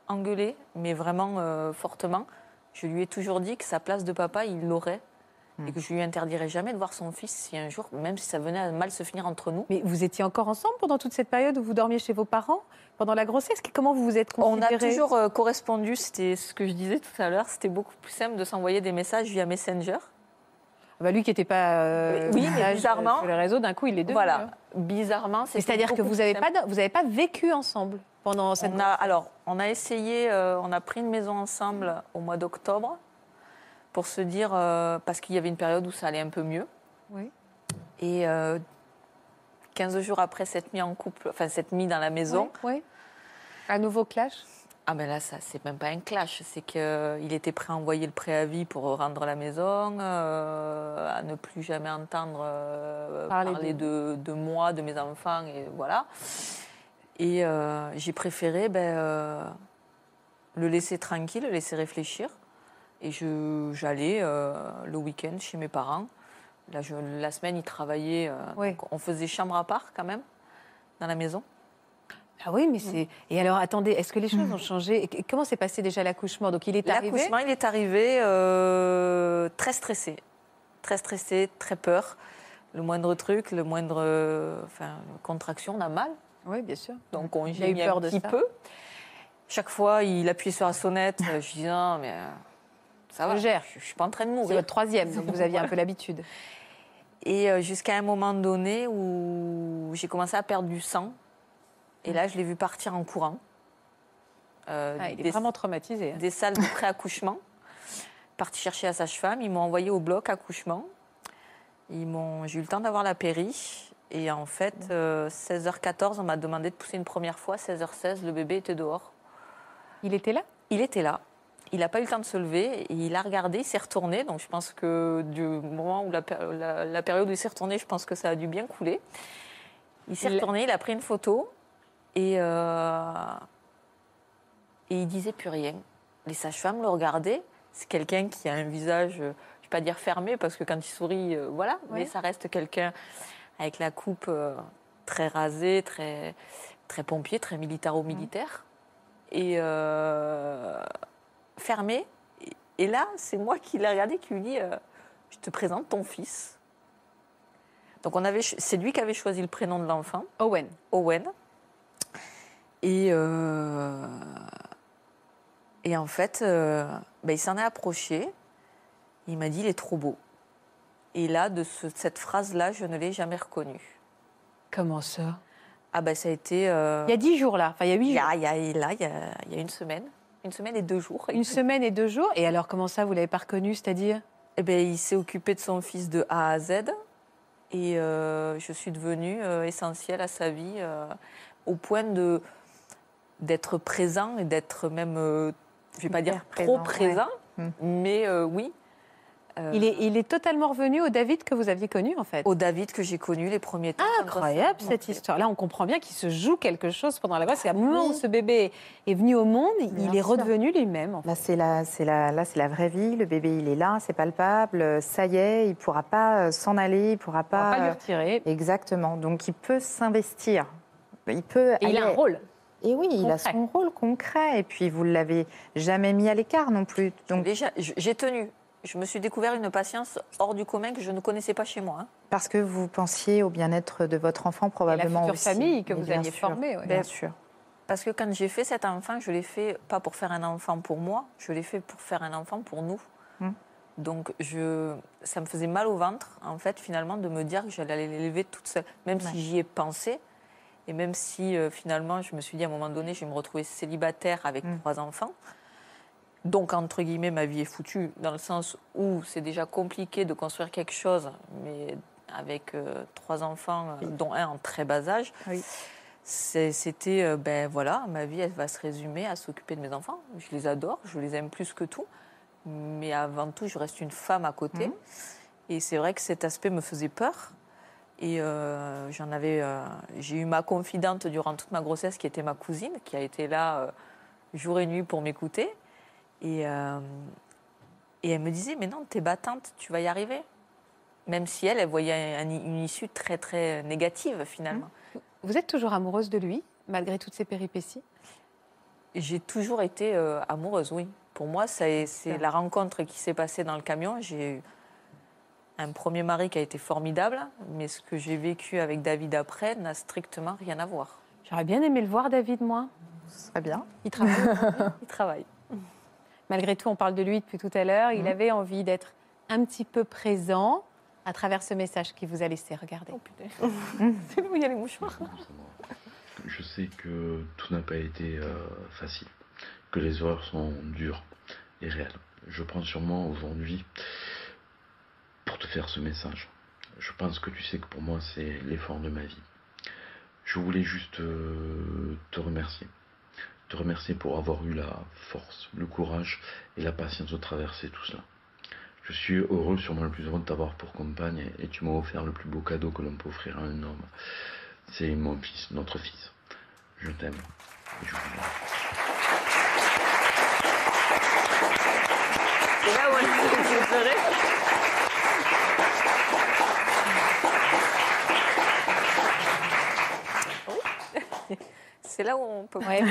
B: engueulé, mais vraiment euh, fortement, je lui ai toujours dit que sa place de papa, il l'aurait. Et que je lui interdirais jamais de voir son fils si un jour, même si ça venait à mal se finir entre nous.
D: Mais vous étiez encore ensemble pendant toute cette période où vous dormiez chez vos parents Pendant la grossesse Que- Comment vous vous êtes
B: On
D: considérés
B: a toujours euh, correspondu, c'était ce que je disais tout à l'heure, c'était beaucoup plus simple de s'envoyer des messages via Messenger.
D: Ah bah, lui qui n'était pas. euh,
B: Oui, mais
D: là,
B: bizarrement-
D: Sur les réseaux, d'un coup, il est devenu.
B: Voilà,
D: hein.
B: bizarrement,
D: Mais
B: c'était
D: C'est-à-dire que
B: beaucoup
D: vous
B: plus
D: n'avez
B: simple.
D: pas, vous avez pas vécu ensemble pendant cette.
B: On a, alors, on a essayé, euh, on a pris une maison ensemble au mois d'octobre pour se dire, euh, parce qu'il y avait une période où ça allait un peu mieux.
D: Oui.
B: Et euh, 15 jours après cette mise en couple, enfin cette mise dans la maison,
D: Oui. Un nouveau clash
B: ah ben là, ça, c'est même pas un clash, c'est qu'il était prêt à envoyer le préavis pour rendre la maison, euh, à ne plus jamais entendre euh,
D: Parler
B: parler, de... de moi, de mes enfants, et voilà. Et euh, j'ai préféré ben, euh, le laisser tranquille, le laisser réfléchir. Et je- j'allais euh, le week-end chez mes parents. Là, je- la semaine, ils travaillaient. euh,
C: Ouais.
B: donc on faisait chambre à part quand même, dans la maison.
C: Ah oui, mais c'est.
B: Mm.
C: Et alors, attendez, est-ce que les choses ont changé Et qu- Comment s'est passé déjà l'accouchement Donc, il est arrivé.
B: L'accouchement, il est arrivé euh, très stressé. Très stressé, très peur. Le moindre truc, le moindre euh, enfin, contraction, on a mal.
C: Oui, bien sûr.
B: Donc on
C: Mm-hmm. Il a eu
B: gémit
C: peur
B: un
C: de
B: petit
C: ça.
B: peu. Chaque fois, il appuyait sur la sonnette. euh, Je disais, non, mais euh, ça va,
C: Je gère.
B: je ne suis pas en train de
C: C'est
B: mourir.
C: votre troisième, donc vous aviez un peu l'habitude.
B: Et euh, jusqu'à un moment donné où j'ai commencé à perdre du sang. Et là, je l'ai vu partir en courant. Euh,
C: Mm. Ah, il est
B: des-
C: vraiment traumatisé. hein.
B: des salles de pré-accouchement. Parti chercher la sage-femme, ils m'ont envoyé au bloc accouchement. Ils m'ont, j'ai eu le temps d'avoir la péri. Et en fait, euh, 16h14, on m'a demandé de pousser une première fois. 16h16, le bébé était dehors.
C: Il était là
B: Il était là. Il n'a pas eu le temps de se lever. Et il a regardé, il s'est retourné. Donc je pense que du moment où la, pé- la- la période où il s'est retourné, je pense que ça a dû bien couler. Il s'est
C: Il-
B: retourné, il a pris une photo. Et, euh, et il disait plus rien. Les sages-femmes le regardaient. C'est quelqu'un qui a un visage, euh, je ne vais pas dire fermé, parce que quand il sourit, euh, voilà. Mais ça reste quelqu'un avec la coupe euh, très rasée, très, très pompier, très militaro-militaire. Et euh, fermé. Et- Et là, c'est moi qui l'ai regardé, qui lui dit euh, Je te présente ton fils. Donc, on avait, ch- c'est lui qui avait choisi le prénom de l'enfant.
C: Owen.
B: Owen. Et, euh, et en fait, euh, ben, il s'en est approché. Il m'a dit, il est trop beau. Et là, de ce- cette phrase-là, je ne l'ai jamais reconnue.
C: Comment ça
B: Ah ben, ça a été... euh,
C: Il y a dix jours là, enfin il y a
B: il
C: huit
B: y
C: jours.
B: a, il y a- là, il y a, il y a une semaine. Une semaine et deux jours.
C: Une semaine et deux jours. Et alors, comment ça, vous l'avez pas reconnu C'est-à-dire
B: Eh ben, il s'est occupé de son fils de A à Z. Et euh, je suis devenue euh, essentielle à sa vie, euh, au point de d'être présent et d'être même, euh, je vais pas
F: Hyper
B: dire
F: présent,
B: trop présent,
F: ouais.
B: mais euh, oui. Euh,
C: Hmm. il est, il est totalement revenu au David que vous aviez connu, en fait.
B: Au David que j'ai connu les premiers temps. quand on s'est
C: Ah, Incroyable cette
B: rencontrés.
C: histoire. Là, on comprend bien qu'il se joue quelque chose pendant la grossesse. C'est à moment où ce bébé est venu au monde,
F: Bien
C: il est
F: sûr.
C: redevenu lui-même. en fait.
F: Là, Bah, c'est la, c'est la, là, c'est la vraie vie. Le bébé, il est là, c'est palpable. euh, Ça y est, il pourra pas euh, s'en aller, il pourra
C: On va
F: pas.
C: pas lui
F: euh,
C: retirer.
F: Exactement. Donc, il peut s'investir. Il peut.
C: Et il a un
F: aller-
C: rôle.
F: Et oui, il a
C: concret.
F: son rôle concret. Et puis, vous l'avez jamais mis à l'écart non plus. Donc,
B: Déjà, j- j'ai tenu. Je me suis découvert une patience hors du commun que je ne connaissais pas chez moi. hein.
F: parce que vous pensiez au bien-être de votre enfant,
C: Et la
F: probablement
C: future
F: aussi.
C: famille que
F: Mais
C: vous
F: bien
C: alliez
F: sûr,
C: former. ouais.
F: Bien sûr.
B: Parce que quand j'ai fait cet enfant, je l'ai fait pas pour faire un enfant pour moi, je l'ai fait pour faire un enfant pour nous.
F: Mm.
B: Donc je, ça me faisait mal au ventre, en fait, finalement, de me dire que j'allais aller l'élever toute seule, même
F: Ouais.
B: si j'y ai pensé. Et même si euh, finalement, je me suis dit à un moment donné, je vais me retrouver célibataire avec
F: Mm.
B: trois enfants. Donc, entre guillemets, ma vie est foutue, dans le sens où c'est déjà compliqué de construire quelque chose, mais avec euh, trois enfants, euh, dont un en très bas âge.
F: Oui.
B: C'est- C'était, euh, ben voilà, ma vie, elle va se résumer à s'occuper de mes enfants. Je les adore, je les aime plus que tout. Mais avant tout, je reste une femme à côté. Et c'est vrai que cet aspect me faisait peur. Et euh, j'en avais, euh, j'ai eu ma confidente durant toute ma grossesse, qui était ma cousine, qui a été là euh, jour et nuit pour m'écouter. Et, euh, et elle me disait, mais non, t'es battante, tu vas y arriver. Même si elle, elle voyait un- une issue très, très négative, finalement.
C: Vous êtes toujours amoureuse de lui, malgré toutes ces péripéties
B: J'ai toujours été euh, amoureuse, oui. Pour moi, ça est- c'est la rencontre qui s'est passée dans le camion. J'ai eu un premier mari qui a été formidable, mais ce que j'ai vécu avec David après n'a strictement rien à voir.
C: J'aurais bien aimé le voir, David, moi.
F: Ce serait bien.
C: Il travaille.
B: Il travaille.
C: malgré tout, on parle de lui depuis tout à l'heure.
B: Mmh.
C: Il avait envie d'être un petit peu présent à travers ce message qu'il vous a laissé. Regardez.
B: Oh, C'est là où il y a les mouchoirs.
I: Je sais que tout n'a pas été euh, facile, que les erreurs sont dures et réelles. Je prends sur moi aujourd'hui pour te faire ce message. Je pense que tu sais que pour moi c'est l'effort de ma vie. Je voulais juste euh, te remercier. Te remercier pour avoir eu la force, le courage et la patience de traverser tout cela. Je suis heureux, sûrement le plus heureux de t'avoir pour compagne et tu m'as offert le plus beau cadeau que l'on peut offrir à un homme. C'est mon fils, notre fils. Je t'aime. Et je vous aime.
B: là où on peut.
C: Ouais.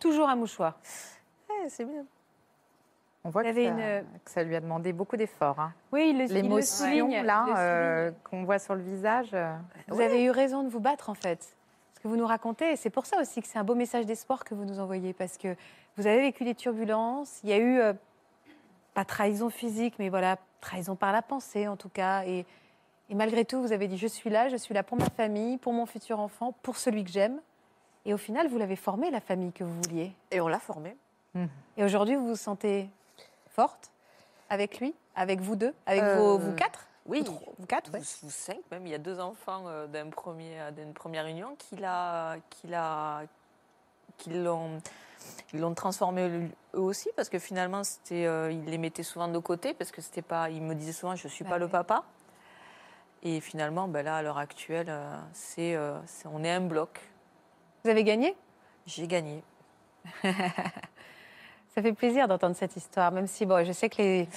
C: Toujours un mouchoir.
B: Ouais, c'est bien.
F: On voit
C: Il
F: que,
C: avait
F: ça,
C: une- euh,
F: que ça lui a demandé beaucoup d'efforts. hein.
C: Oui, il le, il le
F: L'émotion
C: souligne.
F: là
C: il le
F: euh,
C: souligne.
F: qu'on voit sur le visage. euh,
C: Vous avez eu raison de vous battre en fait. Ce que vous nous racontez, et c'est pour ça aussi que c'est un beau message d'espoir que vous nous envoyez, parce que vous avez vécu des turbulences, il y a eu, euh, pas trahison physique, mais voilà, trahison par la pensée en tout cas, et, et malgré tout, vous avez dit, je suis là, je suis là pour ma famille, pour mon futur enfant, pour celui que j'aime, et au final, vous l'avez formé, la famille que vous vouliez.
B: Et on l'a formé.
C: Et aujourd'hui, vous vous sentez forte avec lui, avec vous deux, avec
B: Euh,
C: vos, vous quatre
B: Oui.
C: Vous, trois- vous quatre,
B: Vous,
C: ouais.
B: vous cinq, même, il y a deux enfants euh, d'un premier, d'une première union qui l'a- qui l'a- qui l'ont ils l'ont transformé eux aussi parce que finalement c'était euh, ils les mettaient souvent de côté parce que c'était pas ils me disaient souvent je suis
C: Bah
B: pas le
C: ouais.
B: papa et finalement ben là à l'heure actuelle euh, c'est euh, c'est- on est un bloc
C: Vous avez gagné
B: j'ai gagné
C: Ça fait plaisir d'entendre cette histoire, même si bon, je sais que les,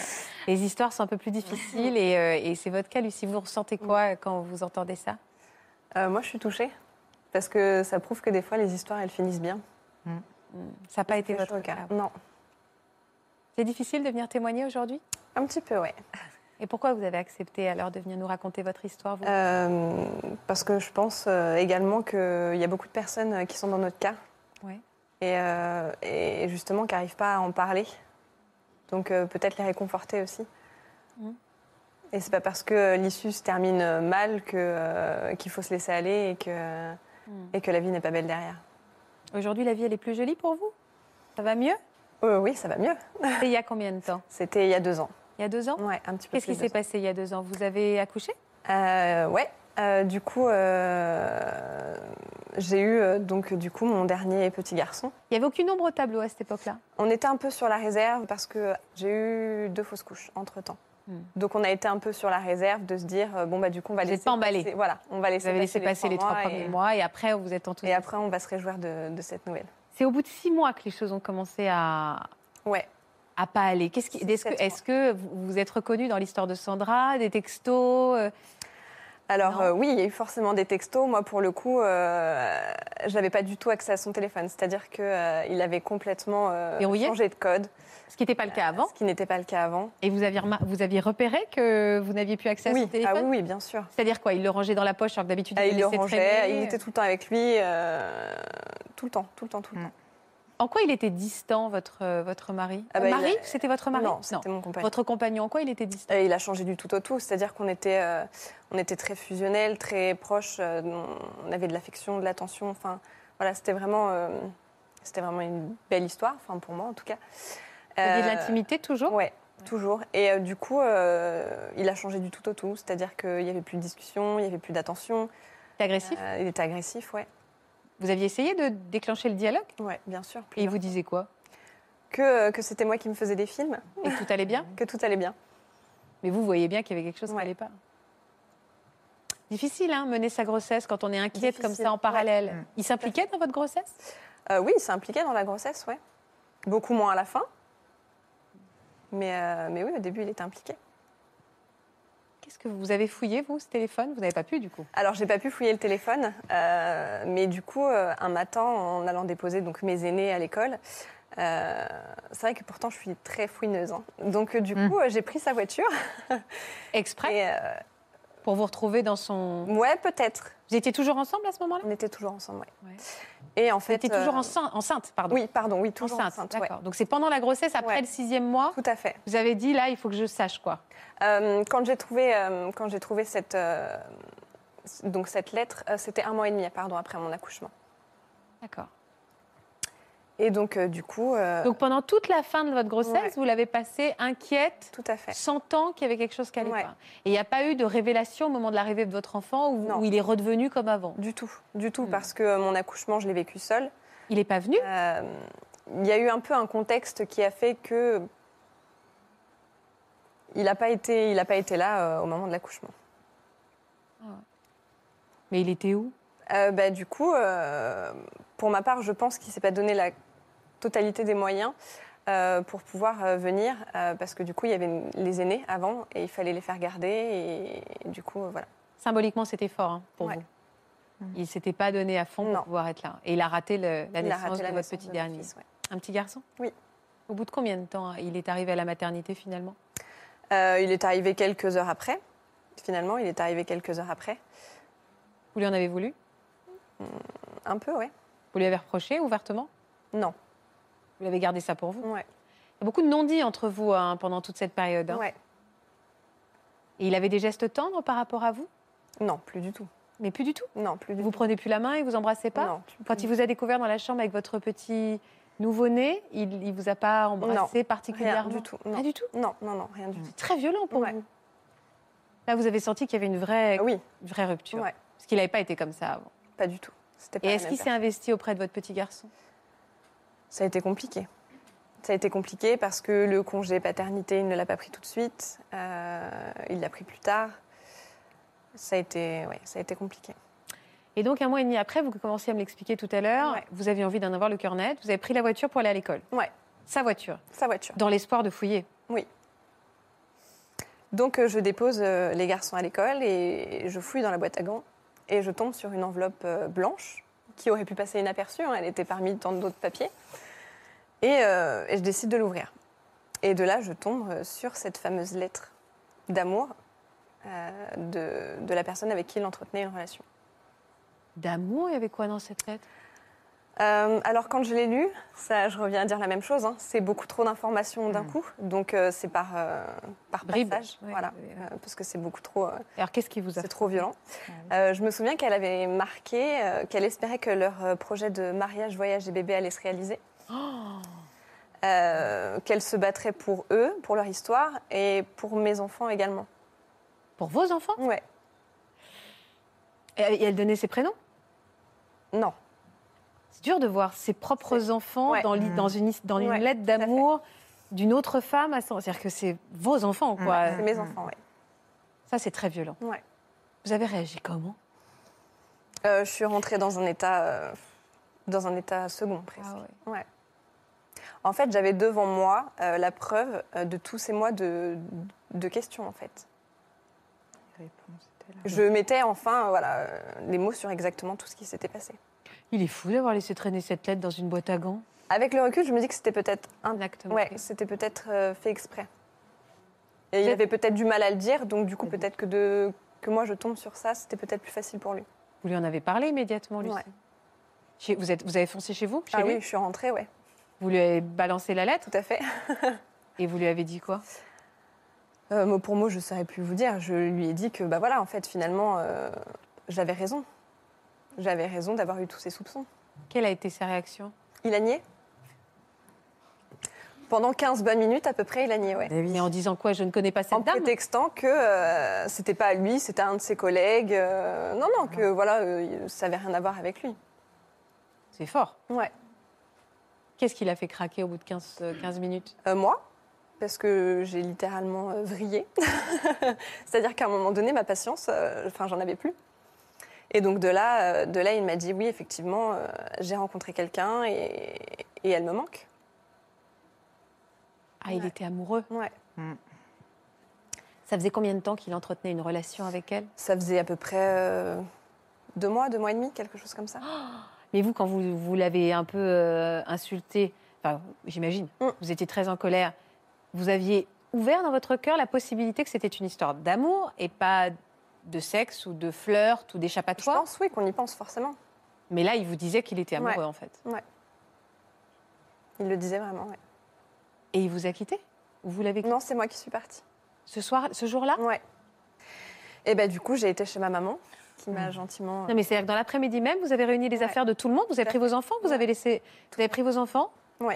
C: les histoires sont un peu plus difficiles et, euh, et c'est votre cas, Lucie. Vous ressentez quoi quand vous entendez ça
D: Euh, moi, je suis touchée. Parce que ça prouve que des fois, les histoires, elles finissent bien.
C: Ça n'a pas été
D: C'est
C: votre
D: choquant.
C: cas.
D: Non.
C: C'est difficile de venir témoigner aujourd'hui
D: Un petit peu, ouais.
C: Et pourquoi vous avez accepté alors de venir nous raconter votre histoire vous
D: Euh, parce que je pense euh, également qu'il y a beaucoup de personnes euh, qui sont dans notre cas.
C: Ouais.
D: Et, euh, et justement, qui n'arrivent pas à en parler. Donc euh, peut-être les réconforter aussi.
C: Mhm.
D: Et c'est pas parce que euh, l'issue se termine euh, mal que, euh, qu'il faut se laisser aller et que,
C: Mhm.
D: et que la vie n'est pas belle derrière.
C: Aujourd'hui, la vie, elle est plus jolie pour vous Ça va mieux
D: Euh, oui, ça va mieux.
C: C'était il y a combien de temps
D: C'était il y a deux ans.
C: Il y a deux ans
D: Ouais, un petit peu
C: Qu'est-ce
D: plus
C: qui
D: de
C: s'est
D: deux ans.
C: passé il y a deux ans Vous avez accouché
D: Euh, ouais. Euh, du coup, euh, j'ai eu euh, donc du coup mon dernier petit garçon.
C: Il n'y avait aucune ombre au tableau à cette époque-là
D: On était un peu sur la réserve parce que j'ai eu deux fausses couches entre temps.
C: Hmm.
D: Donc on a été un peu sur la réserve de se dire euh, bon bah du coup on va
C: Vous
D: laisser
C: êtes pas emballé.
D: passer- voilà, on va laisser
C: Vous avez laissé passer les trois
D: mois
C: premiers
D: et,
C: mois et après, vous êtes
D: Et
C: enthousiaste.
D: après on va se réjouir de, de cette nouvelle.
C: C'est au bout de six mois que les choses ont commencé à,
D: Ouais.
C: à pas aller. Qu'est-ce qui,
D: Six,
C: est-ce,
D: sept
C: que, est-ce que vous vous êtes reconnu dans l'histoire de Sandra, des textos euh, Non.
D: Alors euh, oui, il y a eu forcément des textos. Moi pour le coup, euh, je n'avais pas du tout accès à son téléphone. C'est-à-dire que euh, il avait complètement euh,
C: Verrouillé
D: changé de code,
C: Ce qui n'était pas le cas avant.
D: ce qui n'était pas le cas avant.
C: Et vous aviez, remar- vous aviez repéré que vous n'aviez plus accès à
D: oui.
C: son téléphone
D: ah oui, oui, bien sûr.
C: C'est-à-dire quoi Il le rangeait dans la poche alors que d'habitude
D: Ah,
C: il,
D: il le
C: laissait
D: rangeait,
C: traîner.
D: il était tout le temps avec lui, euh, tout le temps, tout le temps, tout le temps.
C: En quoi il était distant, votre, euh, votre mari
D: Ah bah, il
C: Mari
D: a-
C: C'était votre mari
D: Non, c'était mon compagnon.
C: Votre compagnon, en quoi il était distant
D: Et Euh, il a changé du tout au tout, c'est-à-dire qu'on était, euh, on était très fusionnels, très proches, euh, on avait de l'affection, de l'attention, enfin voilà, c'était vraiment, euh, c'était vraiment une belle histoire, enfin pour moi en tout cas.
C: Vous aviez de
D: Euh,
C: l'intimité toujours
D: Ouais, toujours. Et euh, du coup, euh, il a changé du tout au tout, c'est-à-dire qu'il n'y avait plus de discussion, il n'y avait plus d'attention,
C: C'était agressif
D: Euh, il était agressif, ouais,
C: Vous aviez essayé de déclencher le dialogue
D: ouais, bien sûr.
C: Et il
D: plusieurs
C: vous disait quoi
D: Que, euh, que c'était moi qui me faisais des films,
C: Et que tout allait bien
D: que tout allait bien.
C: Mais vous voyez bien qu'il y avait quelque chose qui
D: Ouais.
C: n'allait pas. Difficile, hein, mener sa grossesse quand on est inquiète comme
D: Difficile,
C: ça en
D: ouais.
C: parallèle.
F: Mm.
C: Il s'impliquait dans votre grossesse
D: Euh, oui, il s'est impliqué dans la grossesse, ouais. Beaucoup moins à la fin. Mais, euh, mais oui, au début, il était impliqué.
C: Qu'est-ce que vous avez fouillé, vous, ce téléphone Vous n'avez pas pu, du coup.
D: Alors, j'ai pas pu fouiller le téléphone, euh, mais du coup, euh, un matin, en allant déposer donc mes aînés à l'école, euh, c'est vrai que pourtant, je suis très fouineuse. hein. Donc, euh, du
F: Mm.
C: Hmm.
D: coup, euh, j'ai pris sa voiture.
C: Exprès
D: Et, euh,
C: Pour vous retrouver dans son.
D: ouais, peut-être.
C: Vous étiez toujours ensemble à ce moment-là
D: On était toujours ensemble, ouais.
C: Ouais.
D: Et en
C: Vous
D: fait.
C: étiez toujours
D: euh,
C: enceinte, enceinte, pardon.
D: Oui, pardon, oui, toujours
C: enceinte.
D: enceinte. ouais.
C: D'accord. Donc c'est pendant la grossesse, après
D: Ouais.
C: le sixième mois,
D: Tout à fait.
C: vous avez dit là, il faut que je sache quoi.
D: Euh, quand j'ai trouvé, euh, quand j'ai trouvé cette, euh, donc cette lettre, euh, c'était un mois et demi pardon, après mon accouchement.
C: D'accord.
D: Et donc, euh, du coup, euh,
C: Donc pendant toute la fin de votre grossesse,
D: Ouais.
C: vous l'avez passé inquiète,
D: tout à fait.
C: sentant qu'il y avait quelque chose qui allait
D: Ouais.
C: pas. Et il n'y a pas eu de révélation au moment de l'arrivée de votre enfant où,
D: Non.
C: où il est redevenu comme avant.
D: Du tout, du tout,
C: Hmm.
D: parce que euh, mon accouchement, je l'ai vécu seule.
C: Il n'est pas venu
D: Euh, Il y a eu un peu un contexte qui a fait que il n'a pas été, il a pas été là euh, au moment de l'accouchement.
C: Mais il était où
D: Euh, bah, du coup, euh, pour ma part, je pense qu'il s'est pas donné la totalité des moyens euh, pour pouvoir euh, venir, euh, parce que du coup, il y avait une- les aînés avant et il fallait les faire garder. Et, et du coup, euh, voilà.
C: Symboliquement, c'était fort hein, pour
D: Ouais. Mm.
C: vous. Il s'était pas donné à fond
D: Non.
C: pour pouvoir être là. Et il a raté le- la
D: Il a
C: naissance
D: raté
C: de
D: la
C: votre
D: naissance
C: petit
D: de mon
C: dernier.
D: fils, ouais.
C: Un petit garçon
D: Oui.
C: Au bout de combien de temps hein, il est arrivé à la maternité finalement
D: Euh, il est arrivé quelques heures après. Finalement, il est arrivé quelques heures après.
C: Vous lui en avez voulu
D: Un peu, oui.
C: Vous lui avez reproché ouvertement
D: Non.
C: Vous l'avez gardé ça pour vous
D: Ouais.
C: Il y a beaucoup de non-dits entre vous hein, pendant toute cette période. hein.
D: Ouais.
C: Et il avait des gestes tendres par rapport à vous
D: Non, plus du tout.
C: Mais plus du tout.
D: Non, plus du
C: Vous
D: tout.
C: prenez plus la main et vous embrassez pas
D: Non.
C: Quand il vous a découvert dans la chambre avec votre petit nouveau-né, il ne vous a pas embrassé
D: Rien
C: particulièrement
D: du tout.
C: Pas
D: Non.
C: du tout
D: non, non, non, rien du tout.
C: C'est très violent pour
D: Ouais. Ah
C: vous. Là, vous avez senti qu'il y avait une vraie,
D: Oui,
C: une vraie rupture.
D: Ouais.
C: Parce qu'il n'avait pas été comme ça avant.
D: pas du tout. C'était pas
C: Et
D: la
C: est-ce
D: même
C: qu'il s'est investi auprès de votre petit garçon
D: Ça a été compliqué. Ça a été compliqué parce que le congé paternité, il ne l'a pas pris tout de suite. Euh, il l'a pris plus tard. Ça a été, ouais, ça a été compliqué.
C: Et donc, un mois et demi après, vous commenciez à me l'expliquer tout à l'heure,
D: Ouais.
C: vous aviez envie d'en avoir le cœur net, vous avez pris la voiture pour aller à l'école.
D: Ouais.
C: Sa voiture,
D: Sa voiture.
C: dans l'espoir de fouiller.
D: Donc euh, je dépose euh, les garçons à l'école et je fouille dans la boîte à gants et je tombe sur une enveloppe euh, blanche qui aurait pu passer inaperçue. hein, elle était parmi tant d'autres papiers. Et, euh, et je décide de l'ouvrir. Et de là, je tombe euh, sur cette fameuse lettre d'amour euh, de, de la personne avec qui il entretenait une relation.
C: D'amour, il y avait quoi dans cette lettre
D: Euh, alors quand je l'ai lu, ça, je reviens à dire la même chose. hein, c'est beaucoup trop d'informations d'un
F: Mm.
D: coup, donc euh, c'est par euh, par
C: Bribes,
D: passage,
C: ouais,
D: voilà,
C: ouais,
D: euh, parce que c'est beaucoup trop, euh,
C: Alors, qu'est-ce qui vous a
D: c'est trop violent. Euh, je me souviens qu'elle avait marqué euh, qu'elle espérait que leur euh, projet de mariage, voyage et bébé allait se réaliser.
C: Oh.
D: Euh, qu'elle se battrait pour eux, pour leur histoire et pour mes enfants également.
C: Pour vos enfants
D: Ouais,
C: Et elle et elle donnait ses prénoms
D: non,
C: C'est dur de voir ses propres enfants
D: ouais.
C: dans, l'i-
F: Mm.
C: dans une, his- dans une
D: Ouais,
C: lettre
D: à fait.
C: d'amour d'une autre femme. à son- C'est-à-dire que c'est vos enfants, quoi.
D: c'est mes
F: Mm.
D: enfants. ouais.
C: Ça, c'est très violent.
D: Ouais.
C: Vous avez réagi comment
D: Euh, je suis rentrée dans un état, euh, dans un état second presque. Ouais. En fait, j'avais devant moi euh, la preuve euh, de tous ces mois de, de questions, en fait. Je mettais enfin euh, voilà, euh, les mots sur exactement tout ce qui s'était passé.
C: Il est fou d'avoir laissé traîner cette lettre dans une boîte à gants.
D: Avec le recul, je me dis que c'était peut-être un...
C: Exactement.
D: ouais, c'était peut-être euh, fait exprès. Et il
C: Peut-être-
D: avait peut-être du mal à le dire, donc
B: Mhm.
D: du coup, peut-être que, de... que moi, je tombe sur ça, c'était peut-être plus facile pour lui.
C: Vous lui en avez parlé immédiatement, Lucie
D: Ouais.
C: Chez- vous, êtes, vous avez foncé chez vous chez
D: Ah
C: lui
D: oui, je suis rentrée, ouais,
C: Vous lui avez balancé la lettre
D: tout à fait.
C: et vous lui avez dit quoi
D: Euh, mot pour mot, je ne saurais plus vous dire. Je lui ai dit que, bah voilà, en fait, finalement, euh, j'avais raison. J'avais raison d'avoir eu tous ces soupçons.
C: Quelle a été sa réaction
D: Il a nié Pendant 15 bonnes minutes à peu près, il a nié, ouais.
F: Mais oui.
C: Et en disant quoi Je ne connais pas
D: En
C: cette dame
D: prétextant que euh, c'était pas à lui, c'était à un de ses collègues. euh, non, non, que voilà, euh, ça avait rien à voir avec lui.
C: C'est fort.
D: Ouais.
C: Qu'est-ce qui l'a fait craquer au bout de 15, euh, 15 minutes
D: Euh, moi, parce que j'ai littéralement euh, vrillé. C'est-à-dire qu'à un moment donné, ma patience, euh, enfin, j'en avais plus. Et donc de là, euh, de là, il m'a dit oui, effectivement, euh, j'ai rencontré quelqu'un et, et elle me manque.
C: Ah, il était amoureux.
D: Ouais.
F: Mm.
C: Ça faisait combien de temps qu'il entretenait une relation avec elle
D: Ça faisait à peu près euh, deux mois, deux mois et demi, quelque chose comme ça.
C: Oh, Mais vous, quand vous, vous l'avez un peu euh, insulté, enfin, j'imagine,
D: Mm.
C: vous étiez très en colère, vous aviez ouvert dans votre cœur la possibilité que c'était une histoire d'amour et pas de sexe ou de flirt ou
D: Je
C: d'échappatoire.
D: pense oui qu'on y pense forcément.
C: Mais là, il vous disait qu'il était amoureux,
D: Ouais.
C: en fait.
D: Il le disait vraiment. ouais.
C: Et il vous a quitté Ou Vous l'avez quitté
D: Non, c'est moi qui suis partie.
C: ce, soir, ce jour-là
D: Ouais. Et ben du coup, j'ai été chez ma maman qui m'a
C: Mmh.
D: gentiment. euh,
C: Non, mais c'est-à-dire que dans l'après-midi même, vous avez réuni les
D: Ouais.
C: affaires de tout le monde, vous avez
D: Tout à
C: pris vos enfants, vous
D: Ouais.
C: avez laissé. Vous avez pris vos enfants
D: Et,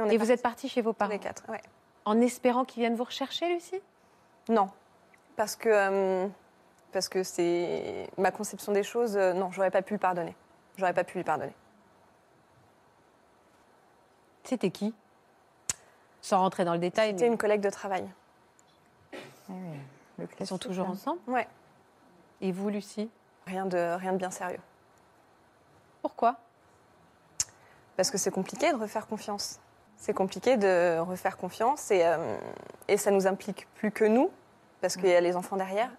D: on
C: et
D: est
C: vous êtes partis chez vos
D: partis tous
C: parents.
D: les quatre. ouais.
C: En espérant qu'ils viennent vous rechercher, Lucie
D: Non, parce que euh, parce que c'est ma conception des choses. euh, non, j'aurais pas pu le pardonner. J'aurais pas pu lui pardonner.
C: C'était qui Sans rentrer dans le détail,
D: C'était
C: mais
D: une collègue de travail.
F: Oui, oui. Le
C: ils sont
F: classique,
C: toujours
F: hein.
C: ensemble
D: Ouais.
C: Et vous, Lucie
D: Rien de rien de bien sérieux.
C: Pourquoi
D: Parce que c'est compliqué de refaire confiance. C'est compliqué de refaire confiance et, euh, et ça nous implique plus que nous, parce qu'il y a les enfants derrière.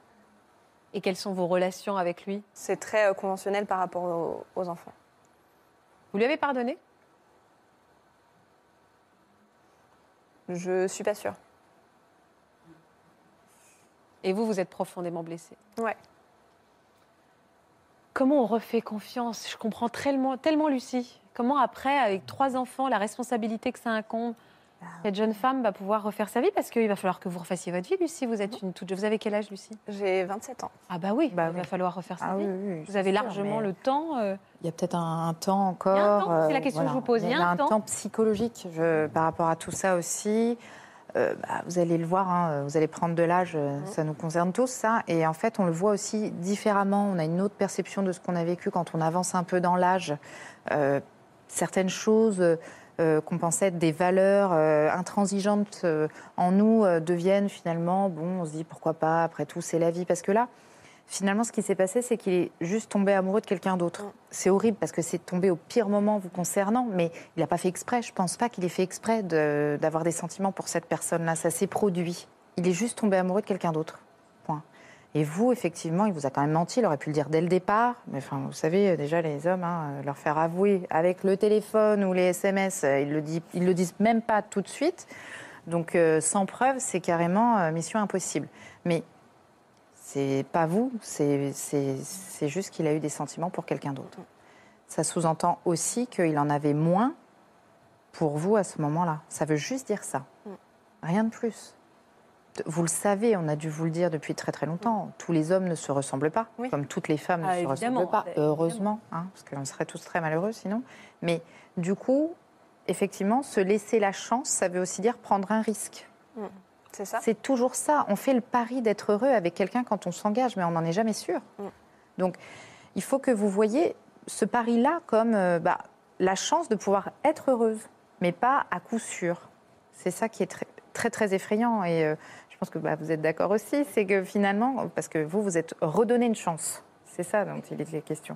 C: Et quelles sont vos relations avec lui
D: C'est très euh, conventionnel par rapport aux, aux enfants.
C: Vous lui avez pardonné
D: Je suis pas sûre.
C: Et vous, vous êtes profondément blessé.
D: Ouais.
C: Comment on refait confiance Je comprends tellement, tellement Lucie. Comment après, avec trois enfants, la responsabilité que ça incombe,
F: Ah
C: cette jeune femme va pouvoir refaire sa vie parce qu'il va falloir que vous refassiez votre vie, Lucie. Vous
F: Mhm.
C: êtes une toute. Vous avez quel âge, Lucie
D: J'ai 27 ans.
C: Ah bah oui,
F: Bah
C: il
F: oui.
C: va falloir refaire sa
F: Ah
C: vie.
F: oui, oui, oui,
C: Vous avez
F: c'est sûr,
C: largement
F: mais
C: le temps. euh,
F: Il y a peut-être un, un temps encore.
C: temps, c'est la
F: euh,
C: question que je vous pose.
F: Il y a un, temps. psychologique je- par rapport à tout ça aussi. Euh, bah, vous allez le voir, hein, vous allez prendre de l'âge, euh, ça nous concerne tous, ça. Et en fait, on le voit aussi différemment. On a une autre perception de ce qu'on a vécu quand on avance un peu dans l'âge. Euh, certaines choses euh, euh, qu'on pensait être des valeurs euh, intransigeantes euh, en nous euh, deviennent finalement, bon, on se dit pourquoi pas, après tout, c'est la vie. Parce que là, finalement, ce qui s'est passé, c'est qu'il est juste tombé amoureux de quelqu'un d'autre. C'est horrible parce que c'est tombé au pire moment vous concernant, mais il n'a pas fait exprès. Je pense pas qu'il ait fait exprès de- d'avoir des sentiments pour cette personne-là. Ça s'est produit. Il est juste tombé amoureux de quelqu'un d'autre. Point. Et vous, effectivement, il vous a quand même menti. Il aurait pu le dire dès le départ. Mais enfin, vous savez, euh, déjà, les hommes, hein, leur faire avouer avec le téléphone ou les SMS, euh, ils le, dit- ils le disent même pas tout de suite. Donc, euh, sans preuve, c'est carrément euh, mission impossible. Mais c'est pas vous, c'est c'est- c'est juste qu'il a eu des sentiments pour quelqu'un d'autre. Ça sous-entend aussi qu'il en avait moins pour vous à ce moment-là. Ça veut juste dire ça.
C: Mm.
F: Rien de plus. De- Vous le savez, on a dû vous le dire depuis très très longtemps. Tous les hommes ne se ressemblent pas,
D: Oui.
F: comme toutes les femmes ne
C: Mm. Ah,
F: se
C: évidemment,
F: ressemblent pas.
C: bah,
F: Heureusement, hein, parce qu'on serait tous très malheureux sinon. Mais du coup, effectivement, se laisser la chance, ça veut aussi dire prendre un risque.
D: C'est ça
F: C'est toujours ça. On fait le pari d'être heureux avec quelqu'un quand on s'engage, mais on n'en est jamais sûr.
D: Mm.
F: Donc, il faut que vous voyez ce pari-là comme euh, bah, la chance de pouvoir être heureuse, mais pas à coup sûr. C'est ça qui est très, très, très effrayant. Et euh, je pense que bah, vous êtes d'accord aussi, c'est que finalement, parce que vous, vous êtes redonné une chance. C'est ça dont il est question.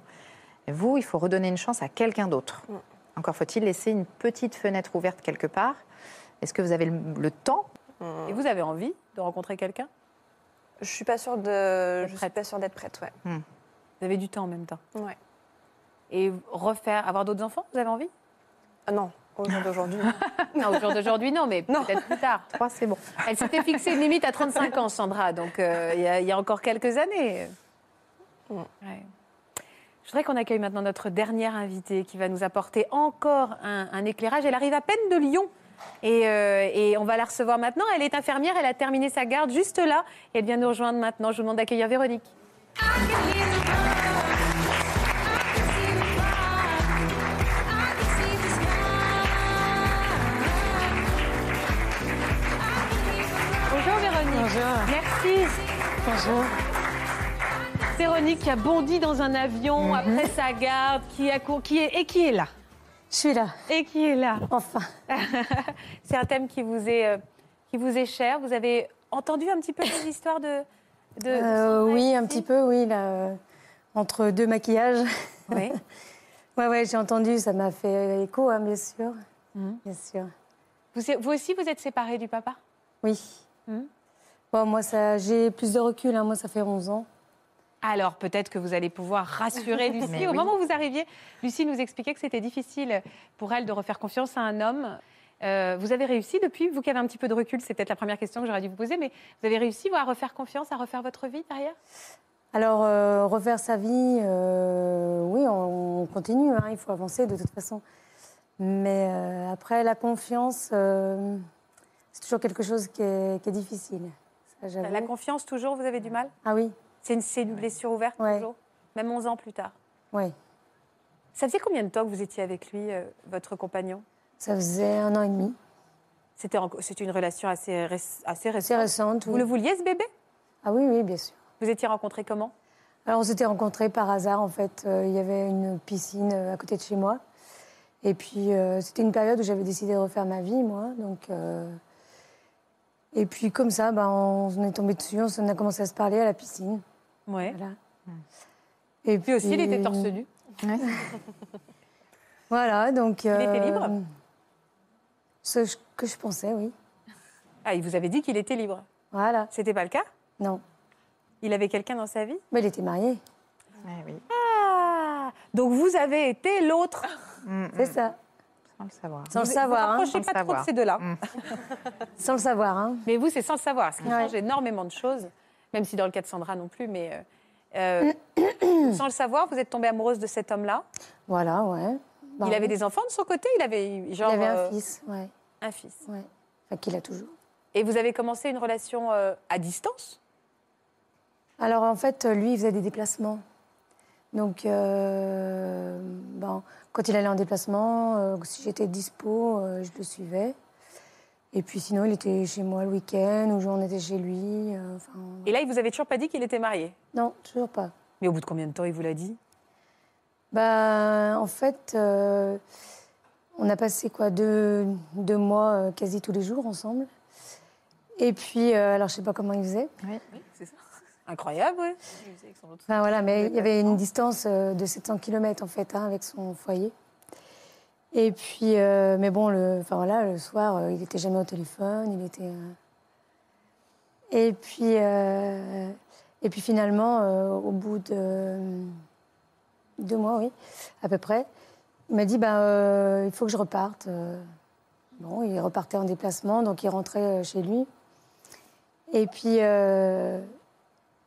F: Et vous, il faut redonner une chance à quelqu'un d'autre.
D: Mm.
F: Encore faut-il laisser une petite fenêtre ouverte quelque part. Est-ce que vous avez le- le temps
D: Hum,
C: Et vous avez envie de rencontrer quelqu'un
D: Je suis pas sûre de. Je suis
C: prête.
D: pas sûre d'être prête, ouais.
C: Vous avez du temps en même temps.
D: Ouais.
C: Et refaire, avoir d'autres enfants Vous avez envie
D: Ah non, au jour d'aujourd'hui.
C: Non, au jour d'aujourd'hui, non, mais
D: Non.
C: peut-être plus tard.
F: Trois, c'est bon.
C: Elle s'était fixée une limite à 35 ans, Sandra, donc euh, il y a- il y, a encore quelques années.
D: Mm.
C: Ouais. Je voudrais qu'on accueille maintenant notre dernière invitée qui va nous apporter encore un, un éclairage. Elle arrive à peine de Lyon et, euh, et on va la recevoir maintenant. Elle est infirmière, elle a terminé sa garde juste là et elle vient nous rejoindre maintenant. Je vous demande d'accueillir Véronique. Bonjour Véronique. Merci.
J: Bonjour.
C: Véronique qui a bondi dans un avion
J: Mhm.
C: après sa garde, qui, a cour- qui est, et qui est là.
J: Je suis là,
C: Et qui est là.
J: enfin.
C: C'est un thème qui vous est, euh, qui vous est cher. Vous avez entendu un petit peu les histoires de. de- de
J: Euh,
C: Sandra
J: oui,
C: ici
J: un petit peu, oui, là, euh, entre deux maquillages.
C: Oui.
J: Ouais, ouais, j'ai entendu, ça m'a fait écho, hein, bien sûr.
C: Mhm.
J: Bien sûr.
C: Vous, vous aussi, vous êtes séparés du papa
J: Oui.
C: Mhm.
J: Bon, moi, ça, j'ai plus de recul, hein, moi, ça fait 11 ans.
C: Alors peut-être que vous allez pouvoir rassurer Lucie.
F: Mais
C: Au
F: oui.
C: moment où vous arriviez, Lucie nous expliquait que c'était difficile pour elle de refaire confiance à un homme. Euh, vous avez réussi depuis, vous qui avez un petit peu de recul, c'est peut-être la première question que j'aurais dû vous poser, mais vous avez réussi vous, à refaire confiance, à refaire votre vie derrière
J: Alors, euh, refaire sa vie, euh, oui, on, on continue, hein, il faut avancer de toute façon. Mais euh, après, la confiance, euh, c'est toujours quelque chose qui est, qui est difficile. Ça, j'avoue.
C: La confiance toujours, vous avez du mal
J: Ah oui,
C: C'est une, c'est une blessure ouverte
J: Ouais.
C: toujours, même 11 ans plus tard.
J: oui.
C: Ça faisait combien de temps que vous étiez avec lui, euh, votre compagnon
J: Ça faisait un an et demi.
C: C'était en- C'était une relation assez, réc- assez
J: C'est
C: récente.
J: récente,
C: Vous
J: oui.
C: le vouliez ce bébé
J: Ah oui, oui, bien sûr.
C: Vous étiez rencontrés comment
J: Alors, on s'était rencontrés par hasard, en fait. Euh, Il y avait une piscine euh, à côté de chez moi. Et puis, euh, c'était une période où j'avais décidé de refaire ma vie, moi. Donc, euh, Et puis, comme ça, ben, on on est tombé dessus, on s'en a commencé à se parler à la piscine.
C: Ouais.
J: Voilà. Et
C: Lui aussi, il était torse nu.
J: Voilà, donc. euh,
C: était libre
J: Ce que je pensais, oui.
C: Ah, il vous avait dit qu'il était libre.
J: Voilà,
C: C'était pas le cas
J: non.
C: Il avait quelqu'un dans sa vie
J: Mais il était marié,
F: Eh oui,
C: Ah Donc vous avez été l'autre.
F: Mm, mm,
J: c'est ça.
F: sans le savoir.
J: Sans le
C: Vous-
J: savoir,
C: Vous
J: hein.
C: rapprochez pas
F: Sans
C: trop
F: le
C: de
F: savoir.
C: ces deux-là.
J: Sans le savoir, hein.
C: Mais vous, c'est sans le savoir, ce qui
J: Ouais.
C: change énormément de choses, même si dans le cas de Sandra non plus, mais euh,
J: Mm.
C: euh, sans le savoir, vous êtes tombée amoureuse de cet homme-là.
J: Voilà, ouais. Bah,
C: Il avait des enfants de son côté, il avait
J: Il
C: genre
J: avait
C: euh,
J: un fils, ouais.
C: un fils.
J: ouais. Enfin, qu'il a toujours.
C: Et vous avez commencé une relation euh, à distance
J: Alors en fait, euh, lui, il faisait des déplacements. Donc, euh, bon, quand il allait en déplacement, euh, si j'étais dispo, euh, je le suivais. Et puis sinon, il était chez moi le week-end ou on était chez lui. euh, enfin,
C: Et là, il vous avait toujours pas dit qu'il était marié.
J: non, toujours pas.
C: Mais au bout de combien de temps il vous l'a dit
J: Bah, en fait, euh, on a passé quoi deux, deux mois euh, quasi tous les jours ensemble. Et puis, euh, alors je sais pas comment il faisait.
B: c'est ça.
C: Incroyable, oui.
B: Je le faisais avec son autre.
J: Enfin, Bah, voilà, mais il y avait une distance euh, de 700 km en fait hein, avec son foyer. Et puis, euh, mais bon, le, enfin, voilà, le soir, euh, il n'était jamais au téléphone, il était. euh, Et puis, euh, et puis finalement, euh, au bout de euh, deux mois, oui, à peu près, il m'a dit, ben, euh, il faut que je reparte. Euh, Bon, il repartait en déplacement, donc il rentrait euh, chez lui. Et puis, euh,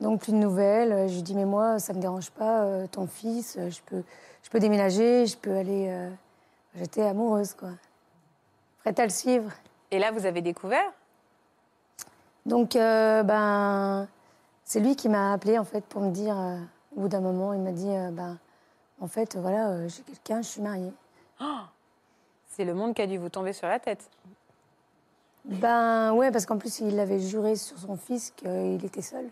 J: donc plus de nouvelles. Je lui dis mais moi ça me dérange pas, euh, ton fils, euh, je peux, je peux déménager, je peux aller. euh, J'étais amoureuse quoi, prête à le suivre.
C: Et là, vous avez découvert
J: Donc euh, ben c'est lui qui m'a appelé en fait pour me dire. euh, au bout d'un moment il m'a dit euh, ben en fait voilà euh, j'ai quelqu'un, je suis mariée.
C: C'est le monde qui a dû vous tomber sur la tête.
J: Ben ouais parce qu'en plus il avait juré sur son fils qu'il était seul.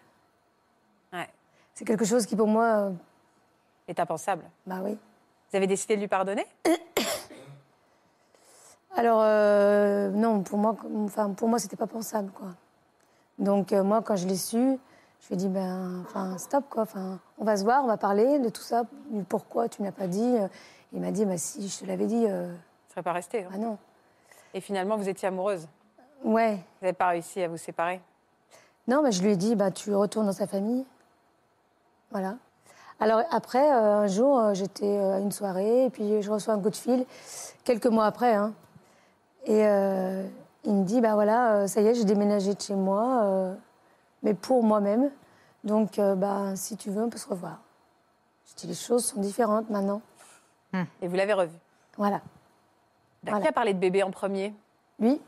C: Ouais.
J: C'est quelque chose qui pour moi euh,
C: Est impensable.
J: bah oui.
C: Vous avez décidé de lui pardonner
J: Alors euh, non, pour moi, comme- enfin pour moi, c'était pas pensable quoi. Donc euh, moi, quand je l'ai su, je lui ai dit ben, enfin stop quoi. Enfin, on va se voir, on va parler de tout ça. du Pourquoi tu ne l'as pas dit Il m'a dit bah si, je te l'avais dit. euh,
C: Vous ne serez pas resté. hein.
J: ah non.
C: Et finalement, vous étiez amoureuse.
J: Ouais.
C: Vous n'avez pas réussi à vous séparer.
J: Non, mais je lui ai dit bah tu retournes dans sa famille. Voilà. Alors après, euh, un jour, euh, j'étais euh, à une soirée et puis je reçois un coup de fil quelques mois après. hein. et euh, il me dit, bah voilà, euh, ça y est, j'ai déménagé de chez moi, euh, mais pour moi-même. Donc, euh, bah, si tu veux, on peut se revoir. Je dis, les choses sont différentes maintenant.
C: Et vous l'avez revu.
J: Voilà. Voilà.
C: Qui a parlé de bébé en premier
J: Lui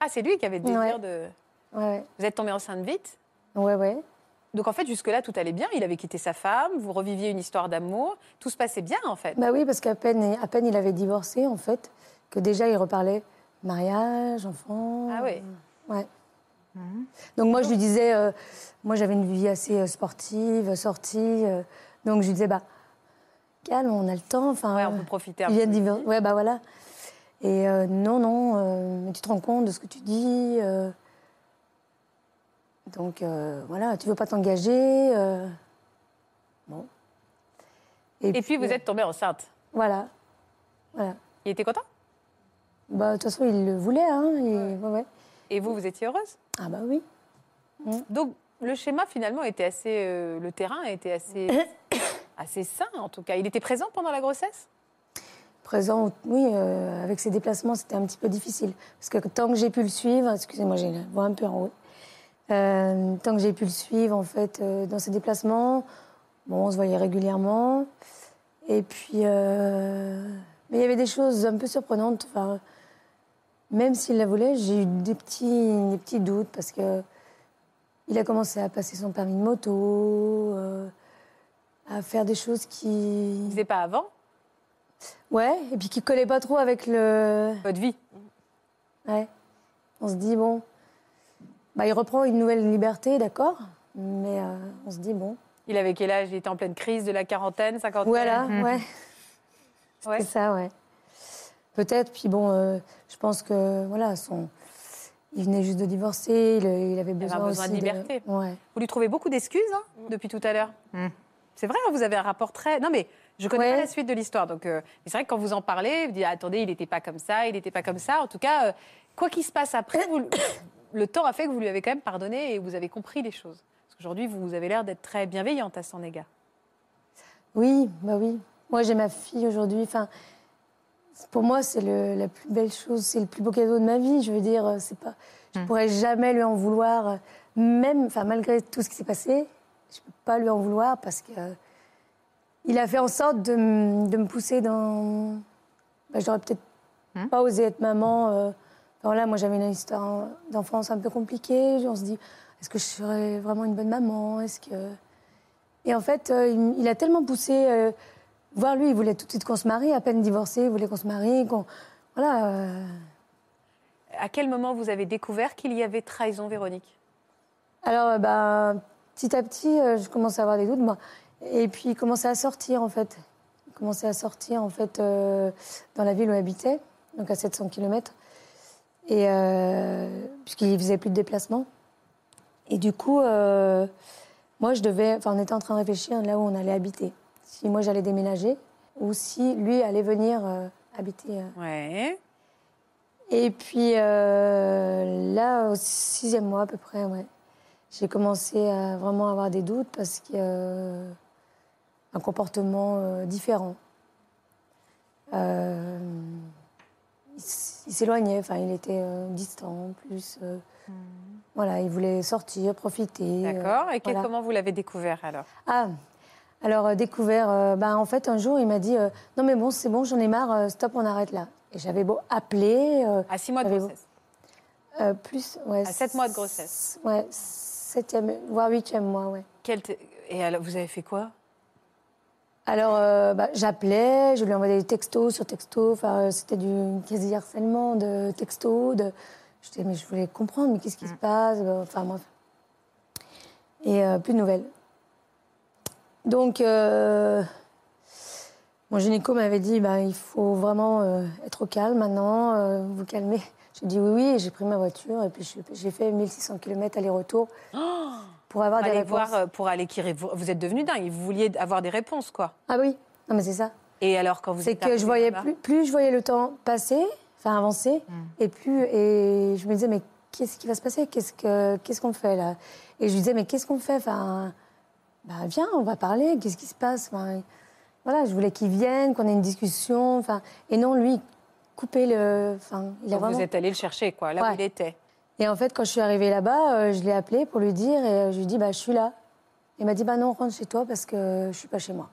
C: Ah, c'est lui qui avait le désir
J: Ouais.
C: de.
J: Ouais,
C: Vous êtes tombée enceinte vite.
J: ouais. Ouais, ouais.
C: Donc en fait, jusque-là, tout allait bien. Il avait quitté sa femme, vous reviviez une histoire d'amour. Tout se passait bien en fait.
J: Bah oui, parce qu'à peine, à peine il avait divorcé, en fait, que déjà il reparlait mariage, enfant.
C: Ah oui.
J: Ouais. Donc moi, je lui disais, euh, moi j'avais une vie assez euh, sportive, sortie, euh, donc je lui disais, bah, calme, on a le temps, enfin,
C: Ouais, on peut profiter un
J: il vient de
C: peu.
J: divor- Ouais, bah voilà. Et euh, non, non, euh, mais tu te rends compte de ce que tu dis, euh, donc euh, voilà, tu veux pas t'engager, euh, bon. euh,
C: Et puis vous êtes tombée enceinte.
J: Voilà. Voilà.
C: Il était content
J: Bah, de toute façon, il le voulait, hein. il- ouais, ouais.
C: Et vous, vous étiez heureuse
J: Ah bah oui.
C: Donc le schéma finalement était assez. euh, le terrain était assez. assez sain en tout cas. Il était présent pendant la grossesse
J: Présent, oui, euh, avec ses déplacements, c'était un petit peu difficile. Parce que tant que j'ai pu le suivre, excusez-moi, j'ai la voix un peu enrouée. Euh, tant que j'ai pu le suivre, en fait, euh, dans ses déplacements, bon, on se voyait régulièrement. Et puis, euh, mais il y avait des choses un peu surprenantes. Enfin, même s'il la voulait, j'ai eu des petits, des petits doutes parce que il a commencé à passer son permis de moto, euh, à faire des choses qui.
C: Vous n'êtes pas avant
J: Ouais, et puis qui collait pas trop avec le.
C: votre vie.
J: Ouais. On se dit, bon. Bah, il reprend une nouvelle liberté, d'accord, mais euh, on se dit, bon.
C: Il avait quel âge Il était en pleine crise de la quarantaine, cinquantaine
J: Voilà, ouais.
C: Mhm. Ouais.
J: C'est ça, ouais. Peut-être, puis bon, euh, je pense que, voilà, son. Il venait juste de divorcer, il, il avait besoin,
C: besoin de
J: aussi
C: liberté.
J: Ouais.
C: Vous lui trouvez beaucoup d'excuses hein, depuis tout à l'heure. C'est vrai, hein, vous avez un rapport très. Non, mais je connais
J: Mm. Ouais.
C: pas la suite de l'histoire. Donc, euh, mais c'est vrai que quand vous en parlez, vous dites attendez, il n'était pas comme ça, il n'était pas comme ça. En tout cas, euh, quoi qu'il se passe après, vous- le temps a fait que vous lui avez quand même pardonné et vous avez compris les choses. Parce que Aujourd'hui, vous avez l'air d'être très bienveillante à son égard.
J: Oui, bah oui. Moi, j'ai ma fille aujourd'hui. Enfin, pour moi, c'est le- la plus belle chose, c'est le plus beau cadeau de ma vie. Je veux dire, euh, c'est pas, je pourrais jamais lui en vouloir, euh, même, enfin, malgré tout ce qui s'est passé, je peux pas lui en vouloir parce que euh, il a fait en sorte de, m- de me pousser dans. bah, J'aurais peut-être pas osé être maman. euh. Enfin, là, moi, j'avais une histoire en- d'enfance un peu compliquée. On se dit, est-ce que je serais vraiment une bonne maman Est-ce que et en fait, euh, il m- il a tellement poussé. euh, voir lui, il voulait tout de suite qu'on se marie, à peine divorcé, il voulait qu'on se marie, qu'on. Voilà. euh,
C: À quel moment vous avez découvert qu'il y avait trahison, Véronique
J: Alors, euh, ben, petit à petit, euh, je commençais à avoir des doutes, moi. Et puis, il commençait à sortir, en fait. Il commençait à sortir, en fait, euh, dans la ville où il habitait, donc à 700 km. Et, euh, puisqu'il faisait plus de déplacements. Et du coup, euh, moi, je devais. Enfin, on était en train de réfléchir là où on allait habiter. Si moi, j'allais déménager, ou si lui allait venir euh, habiter. euh,
C: Ouais.
J: et puis euh, là, au sixième mois à peu près, ouais, j'ai commencé à vraiment avoir des doutes parce qu'il y a euh, un comportement euh, différent. Euh, il s- il s'éloignait, enfin, il était euh, distant, plus. euh, Voilà, il voulait sortir, profiter. euh,
C: Hmm. D'accord. Et quel-
J: voilà.
C: comment vous l'avez découvert alors
J: Ah, alors euh, découvert, euh, bah, en fait un jour il m'a dit euh, non mais bon c'est bon j'en ai marre, euh, stop on arrête là. Et j'avais beau appeler, euh,
C: À six mois de
J: Avez-vous-
C: grossesse.
J: euh, plus, ouais.
C: À sept mois de grossesse.
J: s- Ouais, septième, voire huitième mois, ouais.
C: Quel t- Et alors, vous avez fait quoi
J: Alors, euh, bah, j'appelais, je lui envoyais des textos sur textos. Enfin, euh, c'était du quasi-harcèlement de textos. De... Je disais, mais je voulais comprendre, mais qu'est-ce
C: Mm.
J: qui se passe Euh, Enfin, bref. Et euh, plus de nouvelles. Donc, euh, mon gynéco m'avait dit, bah, il faut vraiment euh, être au calme maintenant, euh, vous calmer. J'ai dit oui, oui, et j'ai pris ma voiture et puis je suis- j'ai fait 1600 km aller-retour pour avoir
C: Pour
J: des
C: aller
J: réponses.
C: voir, euh, pour aller qui- Vous vous êtes devenu dingue. Vous vouliez avoir des réponses, quoi.
J: Ah bah oui, non mais c'est ça.
C: Et alors, quand vous
J: C'est
C: êtes
J: que je
C: arrivée
J: voyais
C: là-bas Hmm.
J: plus, plus je voyais le temps passer, enfin avancer, et plus et je me disais mais qu'est-ce qui va se passer Qu'est-ce que qu'est-ce qu'on fait là Et je lui disais mais qu'est-ce qu'on fait Enfin, bah, viens, on va parler. Qu'est-ce qui se passe Enfin, Voilà, je voulais qu'il vienne, qu'on ait une discussion. Enfin, et non lui couper le. Enfin, il a
C: Donc,
J: vraiment.
C: Vous êtes allé le chercher, quoi, là où
J: Ouais.
C: il était.
J: Et en fait, quand je suis arrivée là-bas, euh, je l'ai appelé pour lui dire et euh, je lui ai dit bah, « je suis là. Il m'a dit bah non, rentre chez toi parce que je suis pas chez moi.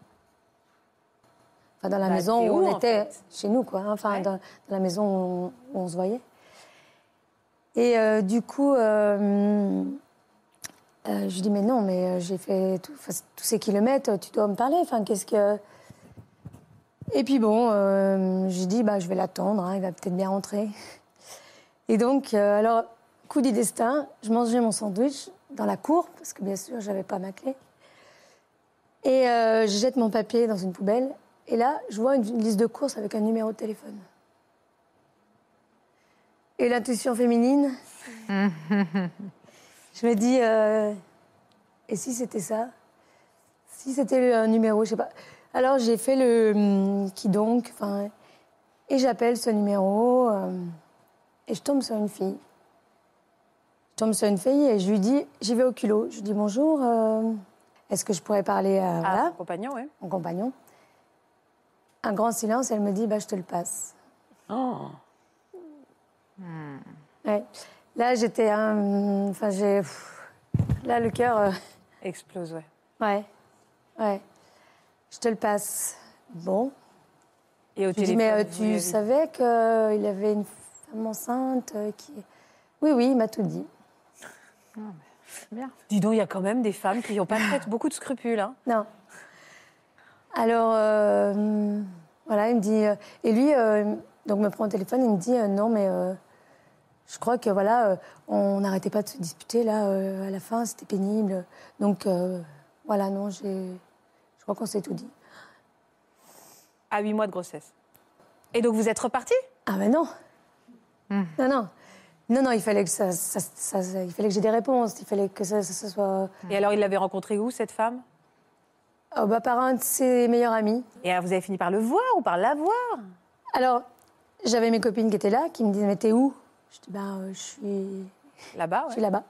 J: Enfin, dans la
C: Bah,
J: maison
C: t'es
J: où,
C: où,
J: on
C: en
J: était,
C: fait
J: chez nous quoi, hein. enfin
C: Ouais.
J: dans, dans la maison où on, où on se voyait. Et euh, du coup, euh, euh, je lui dis mais non, mais euh, j'ai fait tout- enfin, tous ces kilomètres, tu dois me parler. Enfin, qu'est-ce que Et puis bon, euh, j'ai dit bah je vais l'attendre, hein, il va peut-être bien rentrer. Et donc, euh, alors, coup du destin, je mangeais mon sandwich dans la cour, parce que bien sûr, j'avais pas ma clé. Et euh, je jette mon papier dans une poubelle. Et là, je vois une, une liste de courses avec un numéro de téléphone. Et l'intuition féminine. je me dis, euh, et si c'était ça Si c'était le- un numéro, je sais pas. Alors j'ai fait le hum, qui donc, enfin, et j'appelle ce numéro. euh, et je tombe sur une fille. Je tombe sur une fille et je lui dis, j'y vais au culot. Je lui dis bonjour, euh, est-ce que je pourrais parler à
C: Ah,
J: voilà,
C: son compagnon, oui.
J: mon compagnon Un grand silence, elle me dit, bah, je te le passe.
C: Oh.
J: Hmm. Ouais. Là, j'étais. hum, Enfin, j'ai. pff, Là, le cœur. euh,
C: Explose, ouais.
J: ouais. Ouais. Je te le passe. Bon.
C: Et au
J: Je lui dis,
C: téléphone,
J: mais euh,
C: vous lui
J: tu
C: avez-
J: savais qu'il avait une femme enceinte euh, qui. Oui, oui, il m'a tout dit.
C: Dis donc, il y a quand même des femmes qui n'ont pas peut-être beaucoup de scrupules. Hein.
J: Non. Alors, euh, voilà, il me dit. euh, et lui, euh, donc, me prend au téléphone, il me dit euh, non, mais euh, je crois que voilà, euh, on n'arrêtait pas de se disputer là, euh, à la fin, c'était pénible. Donc, euh, voilà, non, j'ai. Je crois qu'on s'est tout dit.
C: À huit mois de grossesse. Et donc, vous êtes reparti Hmm.
J: Ah, ben non Non, non non, non, il fallait que ça, ça- ça- ça- il fallait que j'ai des réponses. Il fallait que ça, ça- ça soit
C: Et alors, il l'avait rencontrée où, cette femme
J: euh, bah, par un de ses meilleurs amis.
C: Et alors, vous avez fini par le voir ou par la voir
J: Alors, j'avais mes copines qui étaient là, qui me disaient mais t'es où Je dis bah euh, je ben, suis
C: Là-bas,
J: Je
C: ouais.
J: suis là-bas.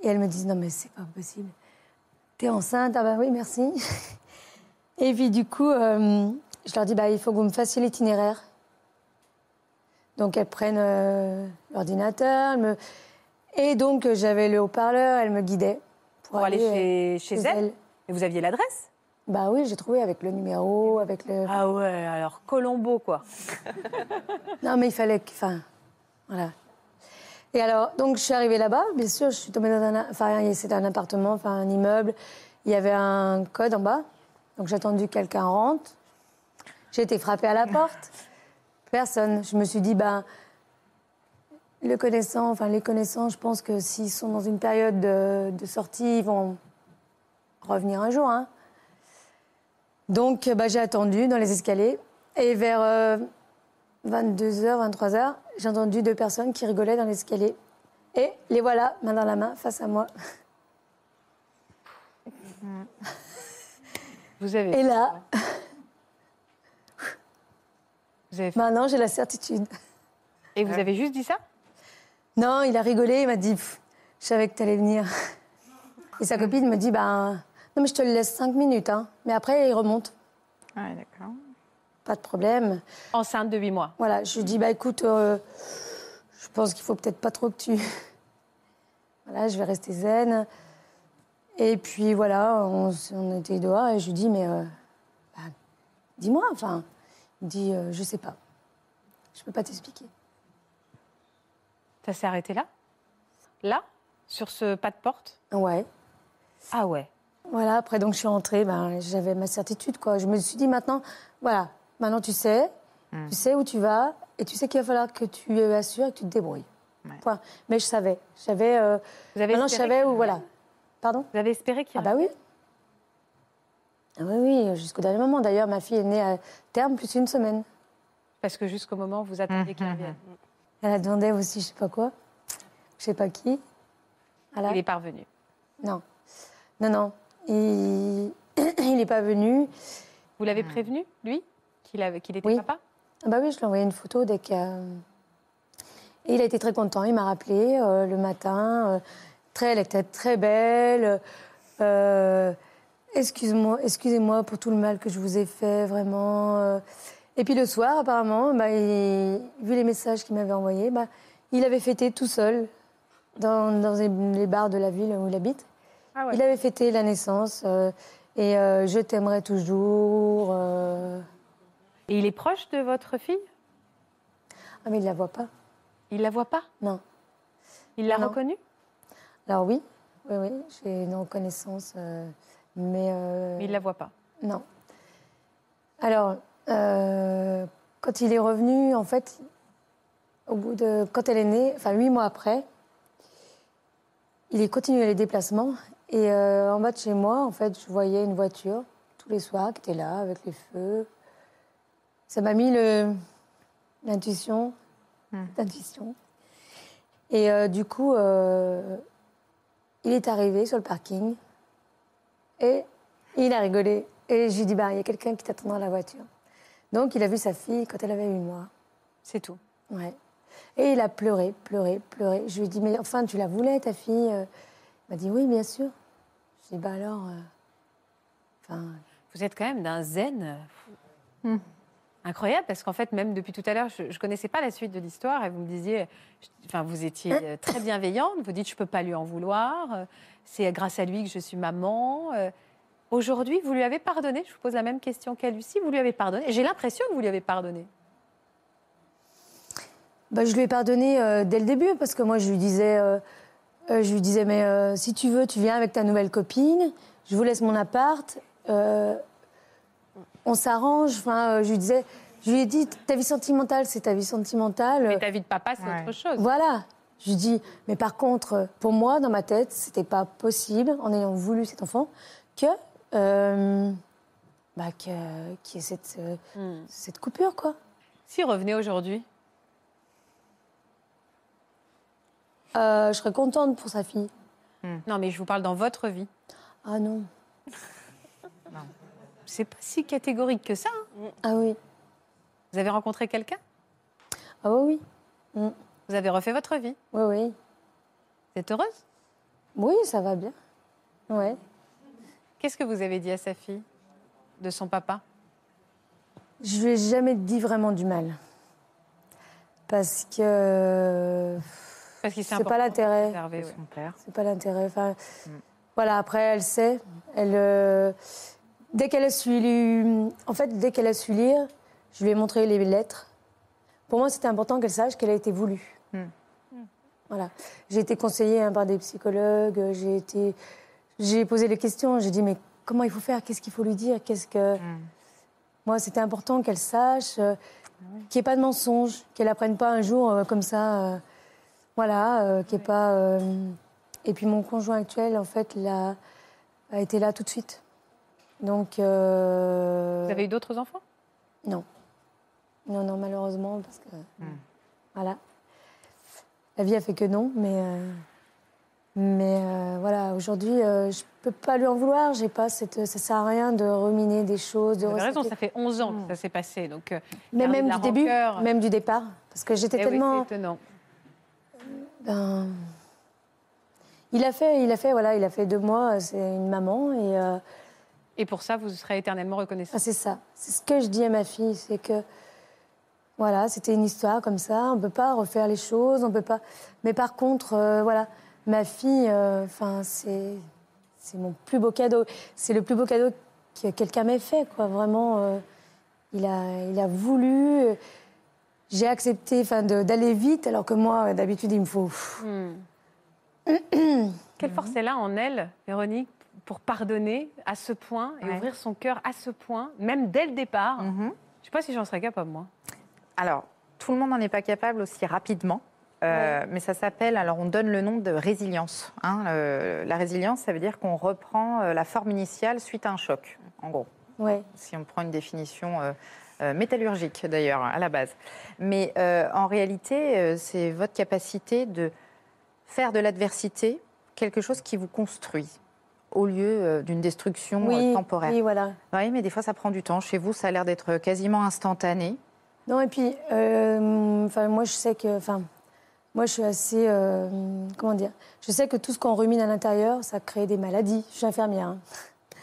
J: Et elles me disent, non, mais c'est pas possible. T'es enceinte Ah bah oui, merci. Et puis du coup, euh, je leur dis, bah, il faut que vous me fassiez l'itinéraire. Donc elles prennent euh, l'ordinateur. elles Me... Et donc euh, j'avais le haut-parleur, elles me guidaient.
C: Pour aller chez,
J: euh,
C: chez elle. Et vous aviez l'adresse
J: Bah oui, j'ai trouvé avec le numéro, avec le...
C: Ah ouais, alors Colombo, quoi.
J: Non, mais il fallait que... Enfin, voilà. Et alors, donc je suis arrivée là-bas, bien sûr, je suis tombée dans un... Enfin, c'était un appartement, enfin un immeuble. Il y avait un code en bas. Donc j'ai attendu que quelqu'un rentre. J'ai été frappée à la porte. Personne. Je me suis dit, ben, le connaissant, enfin les connaissants, je pense que s'ils sont dans une période de, de sortie, ils vont revenir un jour. hein. Donc ben, j'ai attendu dans les escaliers. Et vers euh, 22h, 23h, j'ai entendu deux personnes qui rigolaient dans l'escalier. Et les voilà, main dans la main, face à moi.
C: Vous avez,
J: Et là,
C: vous avez-
J: maintenant, j'ai la certitude.
C: Et vous avez juste dit ça
J: Non, il a rigolé, il m'a dit Pff, Je savais que t'allais venir. Et sa copine me dit Ben, non, mais je te le laisse cinq minutes, hein. mais après, il remonte,
F: Ah Ouais, d'accord.
J: pas de problème.
C: Enceinte de 8 mois.
J: Voilà, je lui dis Bah écoute, euh, je pense qu'il faut peut-être pas trop que tu. Voilà, je vais rester zen. Et puis voilà, on, s- on était dehors et je lui dis Mais euh, bah, dis-moi, enfin. Il dit euh, Je sais pas, je peux pas t'expliquer.
C: Ça s'est arrêté là Là Sur ce pas de porte
J: Ouais.
C: Ah ouais.
J: Voilà, après donc je suis rentrée, ben, j'avais ma certitude quoi. Je me suis dit maintenant, voilà, maintenant tu sais, tu sais où tu vas et tu sais qu'il va falloir que tu euh, assures et que tu te débrouilles. Point. Mais je savais, j'avais, euh,
C: Vous avez
J: maintenant je
C: espéré
J: savais
C: que-
J: où, voilà. Pardon
C: Vous avez espéré qu'il
J: Ah bah oui. Ah oui, oui, jusqu'au dernier moment. D'ailleurs, ma fille est née à terme plus une semaine.
C: Parce que jusqu'au moment où vous attendiez
J: Mhm.
C: qu'il revienne.
J: Elle a demandé aussi, je sais pas quoi, je sais pas qui. Voilà.
C: Il est parvenu.
J: Non, non, non, il il n'est pas venu.
C: Vous l'avez prévenu, lui Qu'il avait- qu'il était
J: Mhm. Oui.
C: papa
J: Ah Bah oui, je lui ai envoyé une photo dès que. euh, Et il a été très content. Il m'a rappelé euh, le matin. euh, très, elle était très belle. Euh, excuse-moi, excusez-moi pour tout le mal que je vous ai fait, vraiment. euh. Et puis le soir, apparemment, bah, il- vu les messages qu'il m'avait envoyés, bah, il avait fêté tout seul dans, dans les- les bars de la ville où il habite.
C: Ah ouais.
J: Il avait fêté la naissance euh, et euh, je t'aimerai toujours. euh.
C: Et il est proche de votre fille
J: Ah mais il la voit pas.
C: Il la voit pas
J: Non.
C: Il l'a
J: Non.
C: reconnue
J: Alors oui, oui, oui, j'ai une reconnaissance, euh, mais, euh,
C: Mais il la voit pas.
J: non. Alors, euh, quand il est revenu, en fait, au bout de quand elle est née, enfin huit mois après, il est continué les déplacements et euh, en bas de chez moi, en fait, je voyais une voiture tous les soirs qui était là avec les feux. Ça m'a mis le l'intuition, l'intuition. Et euh, du coup, euh, il est arrivé sur le parking et il a rigolé. Et je lui ai dit, bah, il y a quelqu'un qui t'attend dans la voiture. Donc, il a vu sa fille quand elle avait eu mois.
C: C'est tout.
J: Ouais. Et il a pleuré, pleuré, pleuré. Je lui ai dit, mais enfin, tu la voulais, ta fille Euh, Il m'a dit, oui, bien sûr. Je lui ai dit, bah alors. euh, Enfin,
C: Vous êtes quand même d'un zen. euh, Incroyable, parce qu'en fait, même depuis tout à l'heure, je ne connaissais pas la suite de l'histoire et vous me disiez, je- enfin, vous étiez euh, très bienveillante, vous dites, je ne peux pas lui en vouloir, euh, c'est grâce à lui que je suis maman. euh. Aujourd'hui, vous lui avez pardonné, je vous pose la même question qu'à Lucie, vous lui avez pardonné, j'ai l'impression que vous lui avez pardonné.
J: Bah, je lui ai pardonné euh, dès le début parce que moi je lui disais, euh, euh, je lui disais mais euh, si tu veux, tu viens avec ta nouvelle copine. Je vous laisse mon appart. euh, on s'arrange. Enfin, euh, je lui disais, je lui ai dit ta vie sentimentale, c'est ta vie sentimentale.
C: Mais ta vie de papa, c'est
F: Ouais.
C: autre chose.
J: Voilà. Je lui dis, mais par contre, pour moi, dans ma tête, c'était pas possible, en ayant voulu cet enfant, que. euh, bah, que- qu'il y ait cette, euh, cette coupure, quoi.
C: Si revenez aujourd'hui,
J: Euh, je serais contente pour sa fille.
C: non mais je vous parle dans votre vie,
J: Ah non.
C: c'est pas si catégorique que ça. hein.
J: Ah oui.
C: Vous avez rencontré quelqu'un,
J: Ah oui, oui.
C: vous avez refait votre vie,
J: Oui, oui.
C: vous êtes heureuse
J: Oui, ça va bien. Ouais.
C: Qu'est-ce que vous avez dit à sa fille de son papa
J: Je lui ai jamais dit vraiment du mal. Parce que.
C: Parce qu'il s'est
J: C'est pas
C: important de
J: l'intérêt.
C: préserver, ouais.
F: Son père.
J: C'est pas l'intérêt. Enfin, Voilà, après, elle sait. Elle, euh, dès qu'elle a su lui- En fait, dès qu'elle a su lire, je lui ai montré les lettres. Pour moi, c'était important qu'elle sache qu'elle a été voulue.
C: Hmm.
F: Mm.
J: Voilà. J'ai été conseillée hein, par des psychologues. euh, J'ai été... J'ai posé les questions. J'ai dit, mais comment il faut faire Qu'est-ce qu'il faut lui dire Qu'est-ce que...
C: Hmm.
J: Moi, c'était important qu'elle sache, euh,
C: Ah
J: qu'il n'y ait pas de mensonge, qu'elle apprenne pas un jour euh, comme ça. euh, voilà, euh, qu'il n'y ait pas... euh, et puis mon conjoint actuel, en fait, l'a- a été là tout de suite. Donc. euh,
C: Vous avez eu d'autres enfants
J: Non. Non, non, malheureusement, parce que.
C: Hmm.
J: Voilà. La vie a fait que non, mais. euh, Mais euh, voilà, aujourd'hui, euh, je peux pas lui en vouloir. J'ai pas cette. Ça sert à rien de ruminer des choses, de Hmm.
C: Vous avez raison,
J: ressentir-
C: ça fait 11 ans que ça s'est passé. Donc, euh,
J: Mais
C: garder
J: même
C: de la
J: du début,
C: rancœur.
J: même du départ, parce que j'étais
C: eh oui,
J: tellement.
C: c'est étonnant.
J: Ben, il a fait, il a fait, voilà, il a fait deux mois. euh, C'est une maman et. euh,
C: Et pour ça, vous serez éternellement reconnaissant.
J: Ah, c'est ça. C'est ce que je dis à ma fille, c'est que voilà, c'était une histoire comme ça. On peut pas refaire les choses, on peut pas. Mais par contre, euh, voilà, ma fille, euh, enfin, c'est c'est mon plus beau cadeau. C'est le plus beau cadeau que quelqu'un m'ait fait, quoi. Vraiment, euh, il a il a voulu. euh, J'ai accepté, enfin, de- d'aller vite, alors que moi, d'habitude, il me faut. pff, Ah,
C: Quelle force elle a en elle, Véronique, pour pardonner à ce point et
F: Ouais.
C: ouvrir son cœur à ce point, même dès le départ
J: Hmm.
F: Mhm.
C: Je ne sais pas si j'en serais capable, moi.
F: Alors, tout le monde n'en est pas capable aussi rapidement. euh, Mais ça s'appelle, alors on donne le nom de résilience. hein. Euh, la résilience, ça veut dire qu'on reprend euh, la forme initiale suite à un choc, en gros
J: Ouais.
F: si on prend une définition euh, euh, métallurgique d'ailleurs à la base. Mais euh, en réalité, euh, c'est votre capacité de faire de l'adversité quelque chose qui vous construit au lieu euh, d'une destruction euh,
J: Oui,
F: temporaire.
J: oui, voilà.
F: Oui, mais des fois ça prend du temps. Chez vous, ça a l'air d'être quasiment instantané.
J: Non, et puis, euh, enfin, moi, je sais que. Enfin, moi, je suis assez. euh, comment dire Je sais que tout ce qu'on rumine à l'intérieur, ça crée des maladies. Je suis infirmière. hein.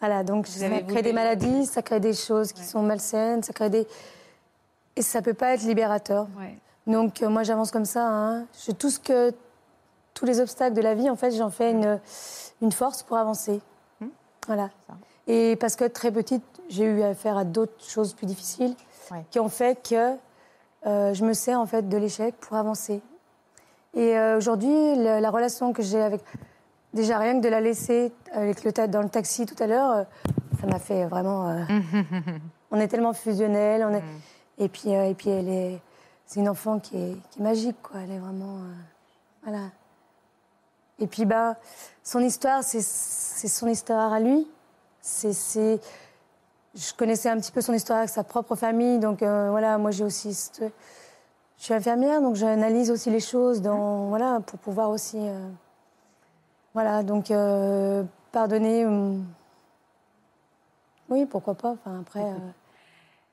J: Voilà, donc ça
C: avez-vous
J: crée des
C: des-
J: maladies, ça crée des choses qui sont malsaines, ça crée des. Et ça peut pas être libérateur. Donc, euh, moi, j'avance comme ça. hein. Je, tout ce que. Tous les obstacles de la vie, en fait, j'en fais une, une force pour avancer. Voilà. Et parce que très petite, j'ai eu affaire à d'autres choses plus difficiles
F: Ouais.
J: qui ont fait que euh, je me sers en fait de l'échec pour avancer. Et euh, aujourd'hui, le- la relation que j'ai avec déjà rien que de la laisser avec le ta- dans le taxi tout à l'heure, euh, ça m'a fait vraiment. euh, on est tellement fusionnel, on est et puis euh, et puis elle est c'est une enfant qui est, qui est magique quoi. Elle est vraiment euh, voilà. Et puis bah son histoire c'est c'est son histoire à lui. C'est c'est je connaissais un petit peu son histoire avec sa propre famille, donc euh, voilà, moi j'ai aussi. cette- Je suis infirmière, donc j'analyse aussi les choses dans, voilà, pour pouvoir aussi. euh, Voilà, donc euh, pardonner. hum, Oui, pourquoi pas, enfin après. euh,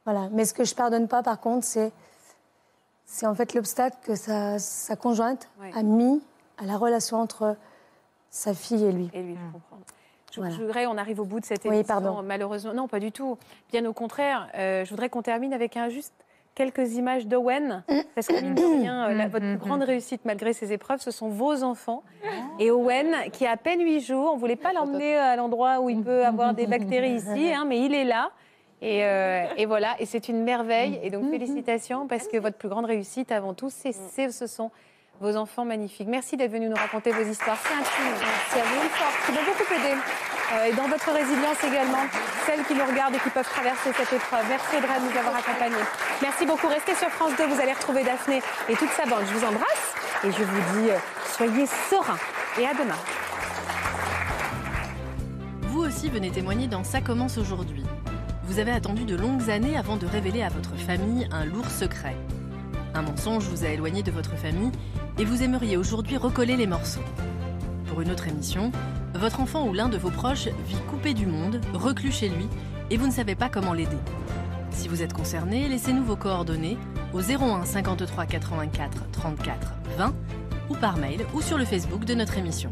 J: Voilà, mais ce que je pardonne pas par contre, c'est. C'est en fait l'obstacle que sa, sa conjointe
B: Ouais.
J: a mis à la relation entre sa fille et lui.
C: Et lui, je comprends. Je,
J: Voilà.
C: je voudrais, on arrive au bout de cette
J: Oui,
C: émission,
J: pardon.
C: malheureusement. Non, pas du tout. Bien au contraire, euh, je voudrais qu'on termine avec un juste quelques images d'Owen. Parce que, mine de rien, euh, la- votre plus grande réussite, malgré ces épreuves, ce sont vos enfants. Et Owen, qui a à peine 8 jours, on ne voulait pas l'emmener à l'endroit où il peut avoir des bactéries ici, hein, mais il est là. Et, euh, et voilà, et c'est une merveille. Et donc, félicitations, parce que votre plus grande réussite, avant tout, c'est, c'est- ce sont vos enfants magnifiques. Merci d'être venus nous raconter vos histoires. C'est intime. Merci à vous, une force qui m'a beaucoup aidé. Euh, et dans votre résilience également, celles qui nous regardent et qui peuvent traverser cette épreuve. Merci Audrey de nous avoir accompagnés. Merci beaucoup. Restez sur France 2, vous allez retrouver Daphné et toute sa bande. Je vous embrasse et je vous dis, euh, soyez sereins et à demain.
K: Vous aussi venez témoigner dans Ça commence aujourd'hui. Vous avez attendu de longues années avant de révéler à votre famille un lourd secret. Un mensonge vous a éloigné de votre famille et vous aimeriez aujourd'hui recoller les morceaux. Pour une autre émission, votre enfant ou l'un de vos proches vit coupé du monde, reclus chez lui, et vous ne savez pas comment l'aider. Si vous êtes concerné, laissez-nous vos coordonnées au 01 53 84 34 20 ou par mail ou sur le Facebook de notre émission.